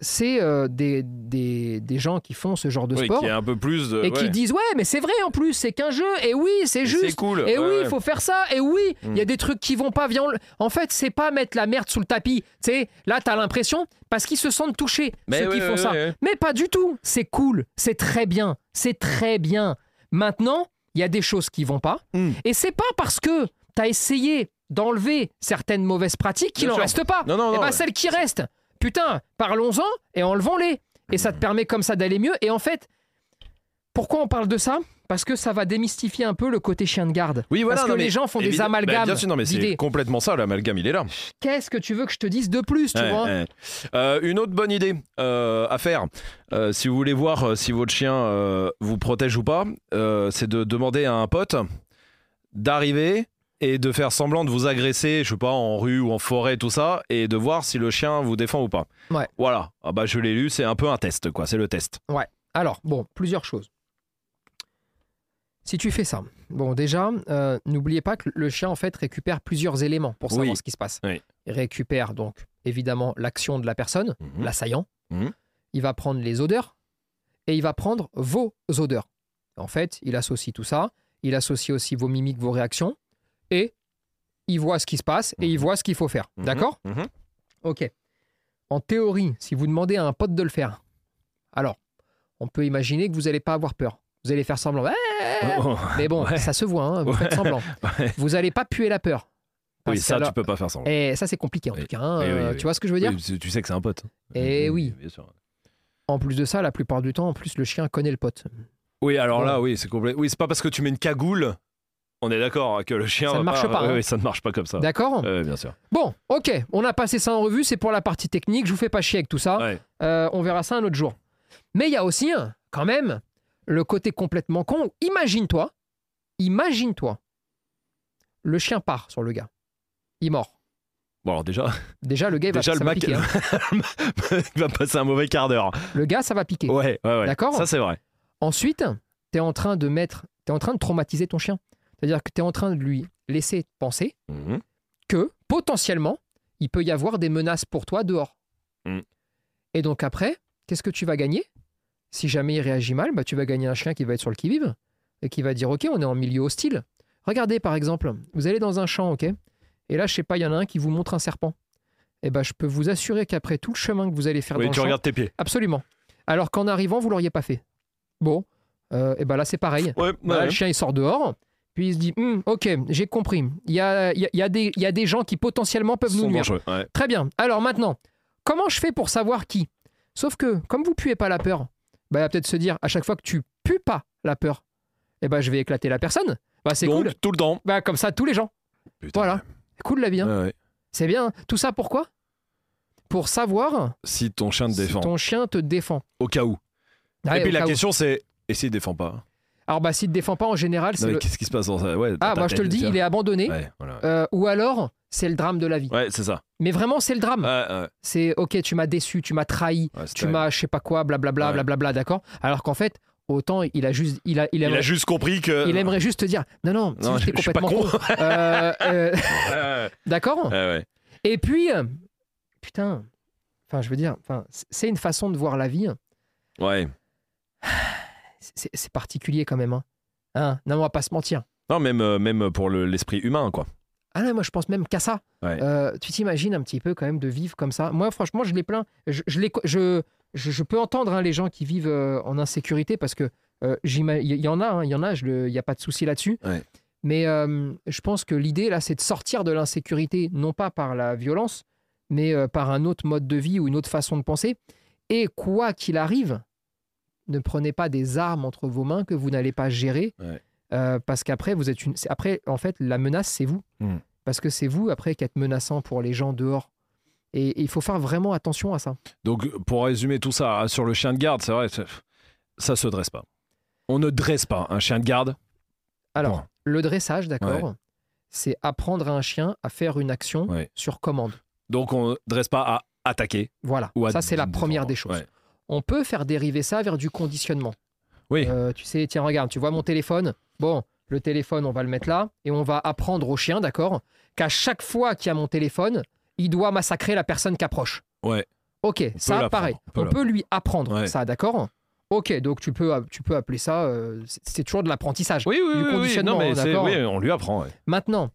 c'est euh, des, des, des gens qui font ce genre de Oui, sport qui est un peu plus de- et qui ouais. disent Ouais, mais c'est vrai en plus, c'est qu'un jeu, et oui, c'est Et juste. c'est cool ouais, Et oui, ouais. il faut faire ça. Et oui, il y a Mm. des trucs qui vont pas. Viens, on le- En fait, c'est pas mettre la merde sous le tapis. Tu sais, là, t'as l'impression parce qu'ils se sentent touchés Mais ceux qui ouais, font ouais, ça. ouais. Mais pas du tout. C'est cool. C'est très bien. C'est très bien. Maintenant, il y a des choses qui vont pas. Mm. Et c'est pas parce que t'as essayé d'enlever certaines mauvaises pratiques qu'il Bien en sûr. reste pas. non non Eh non ben, ouais. celles qui restent, putain, parlons-en et enlevons-les. Et ça te permet comme ça d'aller mieux. Et en fait, pourquoi on parle de ça Parce que ça va démystifier un peu le côté chien de garde. Oui, voilà, Parce que non, les mais gens font des évidemment- bah, amalgames bien sûr, non, mais c'est d'idées. complètement ça, l'amalgame, il est là. Qu'est-ce que tu veux que je te dise de plus, tu Ouais, vois ouais. Euh, une autre bonne idée euh, à faire, euh, si vous voulez voir euh, si votre chien euh, vous protège ou pas, euh, c'est de demander à un pote d'arriver et de faire semblant de vous agresser, je sais pas, en rue ou en forêt, tout ça, et de voir si le chien vous défend ou pas. Ouais. Voilà. Ah bah, je l'ai lu, c'est un peu un test, quoi. C'est le test. Alors, bon, plusieurs choses. Si tu fais ça, bon, déjà, euh, n'oubliez pas que le chien, en fait, récupère plusieurs éléments pour savoir Oui. ce qui se passe. Oui. Il récupère donc, évidemment, l'action de la personne, Mhm. l'assaillant. Mhm. Il va prendre les odeurs et il va prendre vos odeurs. En fait, il associe tout ça. Il associe aussi vos mimiques, vos réactions. Et il voit ce qui se passe et il Mhm. voit ce qu'il faut faire. Mhm. D'accord Mhm. Ok. En théorie, si vous demandez à un pote de le faire, alors, on peut imaginer que vous n'allez pas avoir peur. Vous allez faire semblant. Eh Oh, Mais bon, [laughs] Ouais. ça se voit, hein, vous Ouais. [laughs] faites semblant. ouais. Vous n'allez pas puer la peur. Oui, Parce ça, qu'alors- tu peux pas faire semblant. Et ça, c'est compliqué en Oui. tout cas. hein, Oui, oui, euh, oui. Tu vois ce que je veux dire Oui, parce que tu sais que c'est un pote. Eh oui. bien sûr. En plus de ça, la plupart du temps, en plus, le chien connaît le pote. Oui, alors Voilà. là, oui, c'est complet. Oui, c'est pas parce que tu mets une cagoule, on est d'accord, hein, que le chien. Ça ne va marche pas, Oui, hein. oui, ça ne marche pas comme ça. D'accord Euh, bien sûr. Bon, ok, on a passé ça en revue, c'est pour la partie technique, je vous fais pas chier avec tout ça, Ouais. Euh, on verra ça un autre jour. Mais il y a aussi, hein, quand même, le côté complètement con. Imagine-toi, imagine-toi, le chien part sur le gars, il mord. Bon, alors déjà, [laughs] Déjà, le gars, il va- déjà ça le va mec [laughs] piquer. hein. il va passer un mauvais quart d'heure. Le gars, ça va piquer. Ouais, ouais, ouais. D'accord. Ça, c'est vrai. Ensuite, tu es en train de mettre, tu en train de traumatiser ton chien. C'est-à-dire que tu es en train de lui laisser penser Mhm. que potentiellement, il peut y avoir des menaces pour toi dehors. Mm. Et donc après, qu'est-ce que tu vas gagner Si jamais il réagit mal, bah, tu vas gagner un chien qui va être sur le qui-vive et qui va dire Ok, on est en milieu hostile. Regardez par exemple, vous allez dans un champ, ok Et là, je sais pas, il y en a un qui vous montre un serpent. Et ben, je peux vous assurer qu'après tout le chemin que vous allez faire Oui, dans le tu champ, regardes tes pieds. absolument. Alors qu'en arrivant, vous l'auriez pas fait. Bon, et ben là, c'est pareil. Ouais, Voilà, ouais. Le chien, il sort dehors. Puis il se dit, Hmm, ok, j'ai compris. Il y a, il y a- il y a des- il y a des gens qui potentiellement peuvent Ils nous sont nuire. dangereux. Ouais. Très bien. Alors maintenant, comment je fais pour savoir qui Sauf que, comme vous puez pas la peur, bah, il va peut-être se dire, à chaque fois que tu pues pas la peur, eh ben, je vais éclater la personne. Bah, c'est Donc, cool. tout le temps. Bah, comme ça, tous les gens. Putain. Voilà. Cool la vie. hein. Ouais, ouais. C'est bien. Tout ça pourquoi Pour savoir Si ton chien te si défend, ton chien te défend. au cas où. Ouais, Et puis au la cas où. question, c'est et s'il défend pas Alors, bah, s'il te défend pas en général, Non, c'est mais le- Qu'est-ce qui se passe dans ça ouais, dans Ah, ta moi, je te tête, le dis, tiens. il est abandonné. Ouais, voilà. Euh, ou alors, c'est le drame de la vie. Ouais, c'est ça. Mais vraiment, c'est le drame. Ouais, ouais. C'est ok, tu m'as déçu, tu m'as trahi, Ouais, c'est Hmm. tu terrible. m'as je sais pas quoi, blablabla, Ouais. blablabla, d'accord Alors qu'en fait, autant il a juste. Il, a, il, Il aimerait, a juste compris que. il aimerait juste te dire non, non, [laughs] Non, c'est je- juste je suis complètement pas con. con. Oh. Euh, [laughs] euh, [laughs] Ouais, d'accord ouais, ouais. Et puis, euh, putain, enfin, je veux dire, enfin, c- c'est une façon de voir la vie. Ouais. C'est c'est particulier quand même. Hein. Hein, non, on va pas se mentir. Non, même, euh, même pour le- l'esprit humain, quoi. Ah non, moi je pense même qu'à ça. Ouais. Euh, tu t'imagines un petit peu quand même de vivre comme ça. Moi franchement, je les plains. Je, je, les co- je, je, je peux entendre hein, les gens qui vivent euh, en insécurité parce que euh, j'ima- il y, en a, hein, il y en a, je le- il n'y a pas de souci là-dessus. Ouais. Mais euh, je pense que l'idée là, c'est de sortir de l'insécurité, non pas par la violence, mais euh, par un autre mode de vie ou une autre façon de penser. Et quoi qu'il arrive, ne prenez pas des armes entre vos mains que vous n'allez pas gérer, Ouais. Euh, parce qu'après vous êtes une. c'est- Après, en fait, la menace c'est vous, Mm. parce que c'est vous après qui êtes menaçant pour les gens dehors. Et et il faut faire vraiment attention à ça. Donc, pour résumer tout ça, hein, sur le chien de garde, c'est vrai, c'est- ça se dresse pas. On ne dresse pas un chien de garde. Alors, Point. le dressage, d'accord, c'est apprendre à un chien à faire une action Ouais. sur commande. Donc, on ne dresse pas à attaquer. Voilà, Ou à ça c'est la défendre. première des choses. Ouais. On peut faire dériver ça vers du conditionnement. Oui. Euh, tu sais, tiens, regarde, tu vois mon téléphone. Bon, le téléphone, on va le mettre là et on va apprendre au chien, d'accord, qu'à chaque fois qu'il y a mon téléphone, il doit massacrer la personne qui approche. Ouais. Ok, peut ça l'apprendre, pareil. on peut On peut lui apprendre Ouais. ça, d'accord Ok, donc tu peux, tu peux appeler ça, euh, c'est- c'est toujours de l'apprentissage. Oui, oui, Du oui, oui. conditionnement, Non, mais hein, c'est- d'accord. oui, on lui apprend. ouais. Maintenant,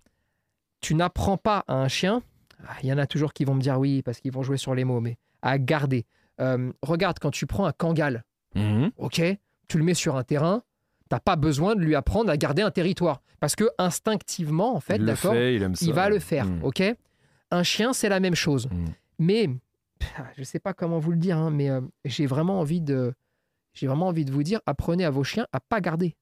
tu n'apprends pas à un chien, ah, il y en a toujours qui vont me dire oui parce qu'ils vont jouer sur les mots, mais à garder. Euh, regarde, quand tu prends un kangal, Mhm. ok, tu le mets sur un terrain, t'as pas besoin de lui apprendre à garder un territoire. Parce que instinctivement, en fait, il le d'accord, fait, il aime ça. il va le faire, Mhm. ok Un chien, c'est la même chose. Mm. Mais, pff, je sais pas comment vous le dire, hein, mais euh, j'ai vraiment envie de... J'ai vraiment envie de vous dire, apprenez à vos chiens à pas garder.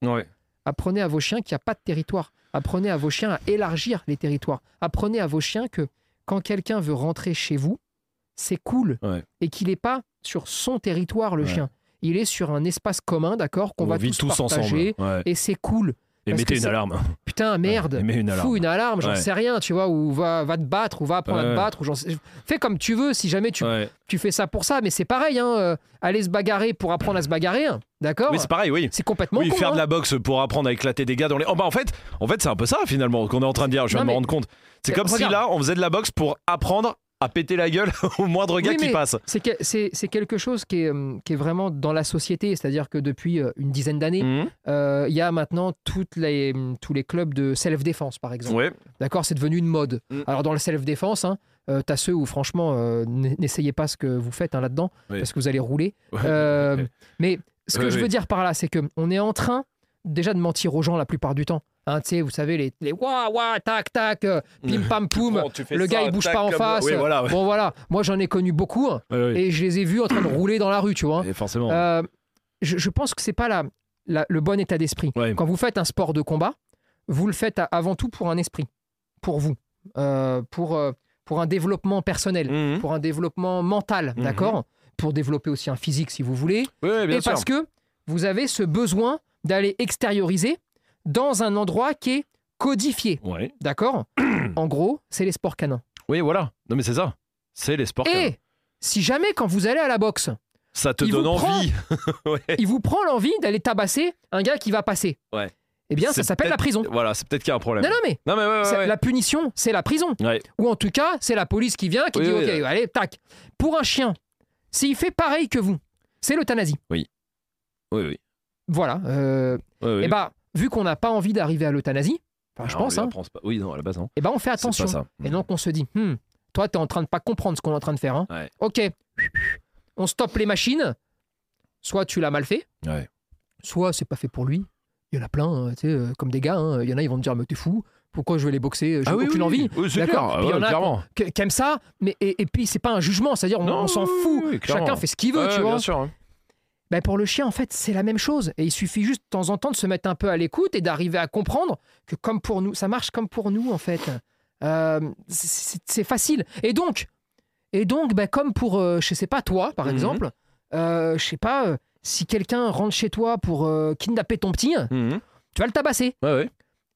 Ouais. Apprenez à vos chiens qu'il n'y a pas de territoire. Apprenez à vos chiens à élargir les territoires. Apprenez à vos chiens que quand quelqu'un veut rentrer chez vous, c'est cool. Ouais. Et qu'il n'est pas sur son territoire, le Ouais. chien. Il est sur un espace commun, d'accord, qu'on on va vit tous, tous ensemble. partager. Ouais. Et c'est cool. Et parce que mettez une c'est- alarme. Putain, merde. [laughs] Et mets une alarme. Fous une alarme, j'en Ouais. sais rien, tu vois, ou va, va te battre, ou va apprendre à Ouais. te battre, ou j'en sais- Fais comme tu veux, si jamais tu, Ouais. tu fais ça pour ça, mais c'est pareil, hein, euh, aller se bagarrer pour apprendre à se bagarrer, hein, d'accord Oui, c'est pareil, oui. C'est complètement oui, con, faire hein. de la boxe pour apprendre à éclater des gars dans les. Oh, bah, en fait, en fait c'est un peu ça finalement qu'on est en train de dire. Je viens de me Non, mais- rendre compte. C'est Euh, comme si regarde. là, on faisait de la boxe pour apprendre à péter la gueule [laughs] au moindre gars Oui, qui mais- passe. C'est que- C'est c'est quelque chose qui est, euh, qui est vraiment dans la société, c'est-à-dire que depuis euh, une dizaine d'années, Mhm. euh, il y a maintenant toutes les, hum, tous les clubs de self-défense, par exemple. Ouais. D'accord C'est devenu une mode. Mm. Alors, dans le self-défense, hein, euh, t'as ceux où, franchement, euh, n- n'essayez pas ce que vous faites hein, là-dedans, Oui. parce que vous [laughs] allez rouler. Ouais. [laughs] Euh, mais ce que Oui, je oui. veux dire par là, c'est que on est en train déjà de mentir aux gens la plupart du temps. Hein, tu sais, vous savez, les, les ouah, ouah, tac, tac, euh, [laughs] pim, pam, poum. Bon, tu fais Le ça, gars, il bouge tac, pas en comme- face. Oui, voilà. ouais. Bon, voilà. Moi, j'en ai connu beaucoup. hein. Ouais, ouais. Et je les ai vus en train de rouler dans la rue, tu vois. Et forcément. Euh, je, je pense que c'est pas la, la- le bon état d'esprit. Ouais. Quand vous faites un sport de combat, vous le faites a- avant tout pour un esprit, pour vous, Euh, pour, euh, pour un développement personnel, Mhm. pour un développement mental, Mhm. d'accord Pour développer aussi un physique si vous voulez. Oui, oui, bien Et sûr. parce que vous avez ce besoin d'aller extérioriser dans un endroit qui est codifié, Ouais. [clears throat] d'accord En gros, c'est les sports canins. Oui, voilà. Non, mais c'est ça. C'est les sports. Et si jamais quand vous allez à la boxe, ça te il vous donne prend- envie. [laughs] Ouais. [laughs] il vous prend l'envie d'aller tabasser un gars qui va passer. Ouais. Eh bien, ça C'est s'appelle la peut-être- prison. Voilà, c'est peut-être qu'il y a un problème. Non, non, mais Non, mais ouais, ouais, c'est- ouais. la punition, c'est la prison. Ouais. Ou en tout cas, c'est la police qui vient, qui Oui, dit oui, OK, ouais. allez, tac. Pour un chien, s'il fait pareil que vous, c'est l'euthanasie. Oui, oui. Voilà. euh, Ouais, ouais. Et bah, vu qu'on n'a pas envie d'arriver à l'euthanasie, enfin, je Non, Ah, on pense, lui hein, apprend, c'est pas- Oui, non, à la base, non. et bah, on fait C'est pas attention. ça. Et donc, on se dit Hmm, toi, t'es en train de pas comprendre ce qu'on est en train de faire. hein. Ouais. OK, on stoppe les machines. Soit tu l'as mal fait, Ouais. soit c'est pas fait pour lui. Il y en a plein, hein, tu sais, euh, comme des gars. hein. Il y en a, ils vont me dire, mais t'es fou, pourquoi je vais les boxer J'ai Ah oui, aucune oui, envie. oui. Oui, c'est D'accord. clair. Puis il y Ouais, en a- clairement. Que- Qu'aime ça, mais et, et puis c'est pas un jugement, c'est-à-dire on, Non, on s'en oui, fout. oui, clairement. Chacun fait ce qu'il veut, Ouais, tu vois. Bien sûr. hein. Ben, pour le chien, en fait, c'est la même chose. Et il suffit juste de temps en temps de se mettre un peu à l'écoute et d'arriver à comprendre que comme pour nous, ça marche comme pour nous, en fait. Euh, c'est- c'est c'est facile. Et donc, et donc ben, comme pour, euh, je sais pas, toi, par Mhm. exemple, euh, je sais pas, euh, si quelqu'un rentre chez toi pour euh, kidnapper ton petit, Mhm. tu vas le tabasser. Ouais, ouais.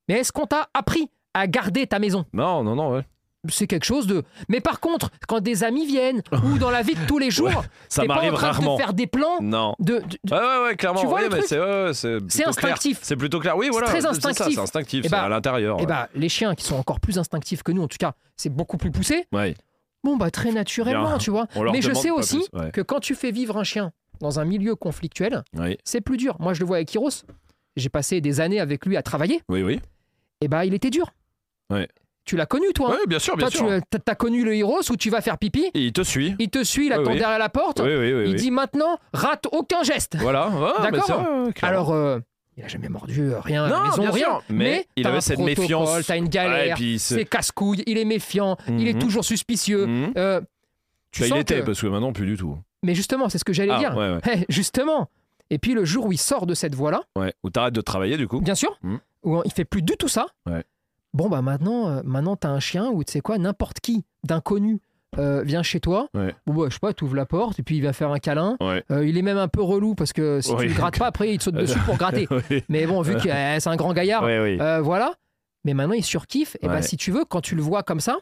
Mais est-ce qu'on t'a appris à garder ta maison. Non, non, non, ouais. C'est quelque chose de. Mais par contre, quand des amis viennent ou dans la vie de tous les [laughs] jours, Ouais, Ça t'es pas en m'arrive train rarement. de te faire des plans. Non. De, de- de- Ouais, ouais, ouais, clairement. Tu vois oui, le mais truc c'est ouais, ouais, c'est plutôt clair. instinctif. C'est plutôt clair. Oui, voilà. très c'est ça, instinctif. C'est instinctif. Eh c'est ben- à l'intérieur. Eh bah, les chiens qui sont encore plus instinctifs que nous, en tout cas, c'est beaucoup plus poussé. ouais. Ouais. Bon, bah, très naturellement, Bien. tu vois. On leur Mais je demande sais pas aussi plus. Ouais. que quand tu fais vivre un chien dans un milieu conflictuel, Oui. c'est plus dur. Moi, je le vois avec Kiros. J'ai passé des années avec lui à travailler. oui, oui. Et bah, il était dur. Ouais. Tu l'as connu, toi. hein. Ouais, bien sûr, bien toi, tu sûr. euh, t'as- t'as connu le Hiros où tu vas faire pipi. Et il te suit. Il te suit, il Ouais, attend oui. derrière la porte. Oui, oui, oui. oui. il dit maintenant, rate aucun geste. Voilà. ouais, mais D'accord. c'est vrai, clairement. Alors, euh, il a jamais mordu euh, rien, à la Non, maison, bien rien. sûr, mais il t'as avait un cette protocole, méfiance. T'as une Ouais, et galère. puis c'est casse-couille, il est méfiant, il est Mhm. toujours suspicieux. Mhm. Euh, tu Bah, il sens était, que- parce que maintenant, plus du tout. Mais justement, c'est ce que j'allais Ah, dire. ouais, ouais. Eh, justement. Et puis le jour où il sort de cette voie-là, ouais. Ou t'arrêtes de travailler, du coup. bien sûr, Mhm. où il fait plus du tout ça. Ouais. Bon bah maintenant, euh, maintenant t'as un chien ou tu sais quoi, n'importe qui d'inconnu euh, vient chez toi. Ouais. Bon bah, je sais pas, t'ouvres la porte et puis il va faire un câlin. Ouais. Euh, il est même un peu relou parce que si Oui. tu le grattes pas, après [laughs] il te saute dessus pour gratter. oui, Mais bon, vu que euh, c'est un grand gaillard, oui. oui. euh, voilà. Mais maintenant, il surkiffe. Et Ouais. bah, si tu veux, quand tu le vois comme ça,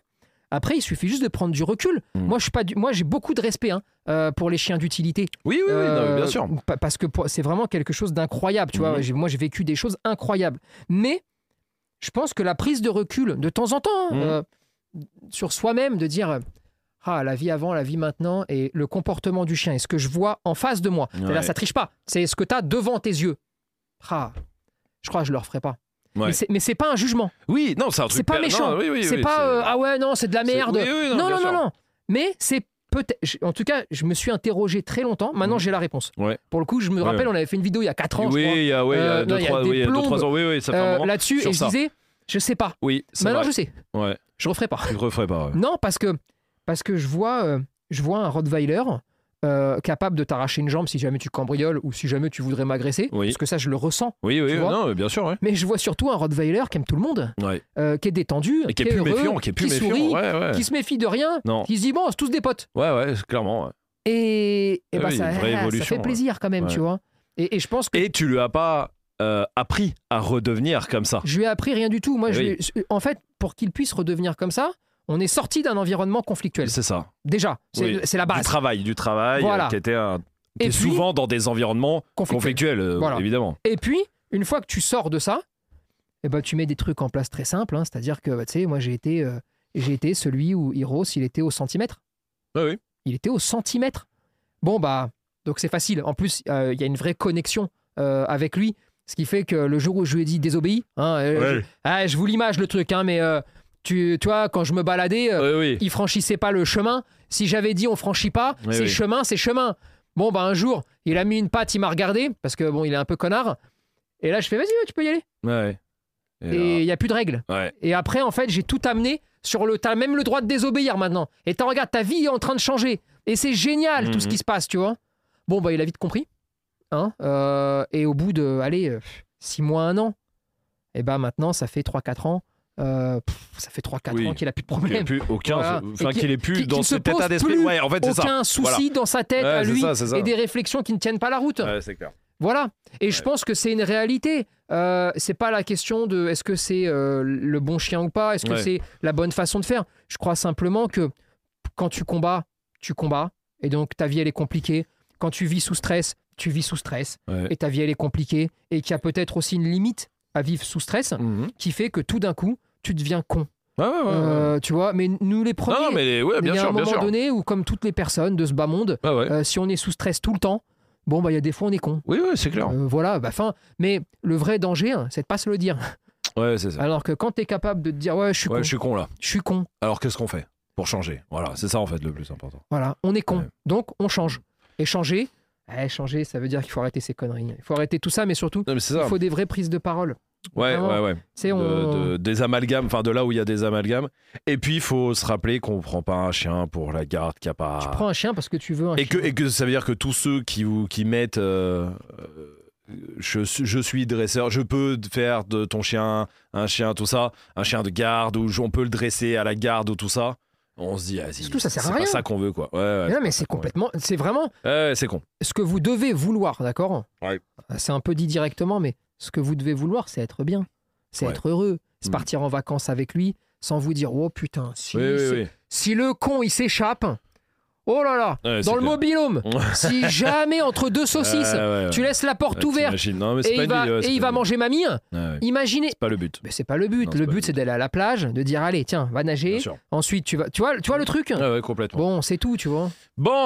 après, il suffit juste de prendre du recul. Mm. Moi, je suis pas du- moi, j'ai beaucoup de respect hein, euh, pour les chiens d'utilité. Oui, oui, oui, non, mais bien sûr. Euh, pa- Parce que pour- c'est vraiment quelque chose d'incroyable. Tu vois, Mhm. J'ai- moi, j'ai vécu des choses incroyables. Mais je pense que la prise de recul, de temps en temps, hein, Mhm. euh, sur soi-même, de dire. euh, Ah, la vie avant, la vie maintenant, et le comportement du chien, et ce que je vois en face de moi. C'est-à-dire, Ouais. ça triche pas. C'est ce que tu as devant tes yeux. Ah, je crois que je le referai pas. Ouais. Mais c'est- Mais c'est pas un jugement. Oui, non, c'est un truc. C'est pas per- méchant. non, oui, oui, c'est oui, pas euh, ah ouais non c'est de la c'est- merde. Oui, oui, non, bien non non non sûr. non. Mais c'est peut-être. je- En tout cas, je me suis interrogé très longtemps. Maintenant, Mhm. j'ai la réponse. Ouais. Pour le coup, je Ouais. me rappelle, on avait fait une vidéo il y a 4 ans. je Oui, crois, il y a, oui, il y a Euh, deux, non, il y a trois, des oui, il y a deux, plombes, trois ans. Oui, oui, ça fait euh, un moment. là-dessus sur et je ça. disais je sais pas. Oui, c'est Maintenant, vrai. je sais. [laughs] Ouais. Je referai pas. Tu le referais pas. ouais. Non parce que parce que je vois euh, je vois un Rottweiler. euh, capable de t'arracher une jambe si jamais tu cambrioles ou si jamais tu voudrais m'agresser, Oui. parce que ça je le ressens. Oui, oui, Tu vois non, bien sûr, ouais. Mais je vois surtout un Rottweiler qui aime tout le monde, Ouais. euh, qui est détendu, Et qui est plus heureux, méfiant, qui est plus méfiant. sourit, Ouais, ouais. qui se méfie de rien, Non, qui se dit bon, c'est tous des potes. ouais, ouais, c'est clairement. ouais. Et, et Ah bah, oui, ça, une vraie ah, ça évolution, fait ouais. plaisir quand même, Ouais. tu vois. Et, et je pense que Et tu lui as pas euh, appris à redevenir comme ça. je lui ai appris rien du tout. Moi, Eh je oui. lui ai- en fait, pour qu'il puisse redevenir comme ça, on est sorti d'un environnement conflictuel. C'est ça. Déjà, c'est Oui. Bah, c'est la Du base. travail, du travail, Voilà. euh, qui était un- qui Et est puis- souvent dans des environnements conflictuel. conflictuels, euh, Voilà. évidemment. Et puis, une fois que tu sors de ça, eh ben, tu mets des trucs en place très simples. hein. C'est-à-dire que, bah, tu sais, moi, j'ai été, euh, j'ai été celui où Hiros, il était au centimètre. Ouais, oui. Il était au centimètre. Bon, bah, donc c'est facile. En plus, euh, il y a une vraie connexion euh, avec lui. Ce qui fait que le jour où je lui ai dit désobéis, hein, euh, je- Ah, je vous l'image le truc, hein, mais euh, tu, tu vois, quand je me baladais, Ouais, euh, oui. il franchissait pas le chemin. Si j'avais dit on franchit pas, Oui, c'est oui. chemin, c'est chemin. Bon, bah un jour, il a mis une patte, il m'a regardé, parce que bon, il est un peu connard. Et là, je fais, vas-y, ouais, tu peux y aller. Ouais. Et là- il n'y a plus de règles. Ouais. Et après, en fait, j'ai tout amené sur le. T'as même le droit de désobéir maintenant. Et t'en regardes, ta vie est en train de changer. Et c'est génial tout ce Mhm. qui se passe, tu vois. Bon, bah, il a vite compris. Hein euh, et au bout de, allez, 6 mois, 1 an, et ben maintenant, ça fait 3-4 ans. euh, pff, ça fait 3-4 Oui. ans qu'il a plus de Qu'il ait problème. plus aucun. Voilà. Enfin, Et qui- qu'il ait plus qui- qui dans ne se cet état pose d'esprit. plus Ouais, en fait, c'est ça. Aucun souci dans sa tête Ouais, à c'est lui ça, c'est ça. et des réflexions qui ne tiennent pas la route. Ouais, c'est clair. Voilà. Et je pense que c'est une réalité. Euh, c'est pas la question de est-ce que c'est euh, le bon chien ou pas, est-ce que Ouais. c'est la bonne façon de faire. Je crois simplement que quand tu combats, tu combats, et donc ta vie elle est compliquée. Quand tu vis sous stress, tu vis sous stress, Ouais. et ta vie elle est compliquée, et qu'il y a peut-être aussi une limite à vivre sous stress Mhm. qui fait que tout d'un coup tu deviens con. Ouais, ouais, ouais, ouais. Euh, tu vois, mais nous les premiers, non, non, mais les- ouais, bien il y a sûr, un bien moment sûr. donné où comme toutes les personnes de ce bas monde, Ouais, ouais. euh, si on est sous stress tout le temps, bon bah il y a des fois on est con. Oui, oui, c'est clair. Euh, voilà, bah fin. Mais le vrai danger, hein, c'est de pas se le dire. Ouais, c'est ça. Alors que quand tu es capable de te dire, ouais, je suis Ouais, con, je suis con là. je suis con, Alors qu'est-ce qu'on fait pour changer Voilà, c'est ça en fait le plus important. voilà, on est con. Ouais. Donc on change. Et changer, eh, changer, ça veut dire qu'il faut arrêter ces conneries. Il faut arrêter tout ça, mais surtout, Non, mais c'est il ça. faut des vraies prises de parole. Ouais, vraiment, ouais, ouais. Tu sais, on... De- de- des amalgames, enfin de là où il y a des amalgames. Et puis il faut se rappeler qu'on prend pas un chien pour la garde qui a pas. tu prends un chien parce que tu veux un et, que, chien. et que ça veut dire que tous ceux qui, vous- qui mettent. euh, euh, je, suis- je suis dresseur, je peux faire de ton chien un chien, tout ça, un chien de garde, ou on peut le dresser à la garde, ou tout ça. On se dit, ah, si, Surtout, ça sert à c'est pas rien. ça qu'on veut, quoi. Ouais, ouais, Mais non, mais pas ça c'est qu'on veut. complètement. C'est vraiment Ouais, ouais, c'est con. ce que vous devez vouloir, d'accord Ah, Ouais. C'est un peu dit directement, mais ce que vous devez vouloir, c'est être bien, c'est Ouais. être heureux, c'est Mm. partir en vacances avec lui sans vous dire oh putain si, oui, oui, c'est- oui. si le con il s'échappe oh là là [laughs] Ouais, dans c'est le clair. mobilhome si jamais entre deux saucisses Ouais, ouais, ouais. tu laisses la porte Ouais, ouverte t'imagines. Non, mais c'est et pas il une va, vidéo, et c'est il pas va une manger ma mine vidéo. Ouais, ouais. imaginez C'est pas le but. mais c'est pas le but Non, c'est le pas le but c'est d'aller à la plage de dire allez tiens va Bien nager sûr. ensuite tu vas tu vois tu vois le truc Ouais, ouais, complètement. Bon, bon c'est tout tu vois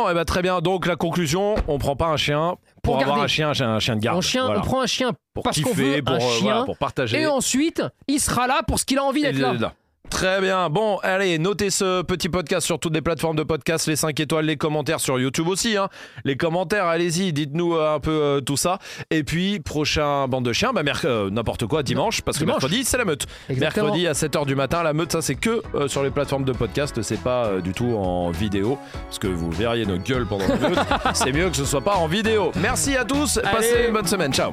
eh ben, très bien. Donc, la conclusion on prend pas un chien pour, Pour avoir garder. un chien, un chien, un chien de garde. on chien Voilà. on prend un chien pour parce qu'on kiffer, veut pour, un euh, voilà, chien, pour partager. et ensuite il sera là pour ce qu'il a envie Et d'être là, là là. Très bien. Bon, allez, notez ce petit podcast sur toutes les plateformes de podcast, les 5 étoiles, les commentaires sur YouTube aussi. hein. Les commentaires, allez-y, dites-nous euh, un peu euh, tout ça. Et puis, prochain bande de chiens, bah, merc- euh, n'importe quoi, dimanche, parce que Dimanche. mercredi, c'est la meute. Exactement. Mercredi à 7h du matin, la meute, ça c'est que euh, sur les plateformes de podcast, c'est pas euh, du tout en vidéo, parce que vous [laughs] verriez nos gueules pendant la meute. c'est mieux que ce soit pas en vidéo. Merci à tous, passez Allez. une bonne semaine, ciao.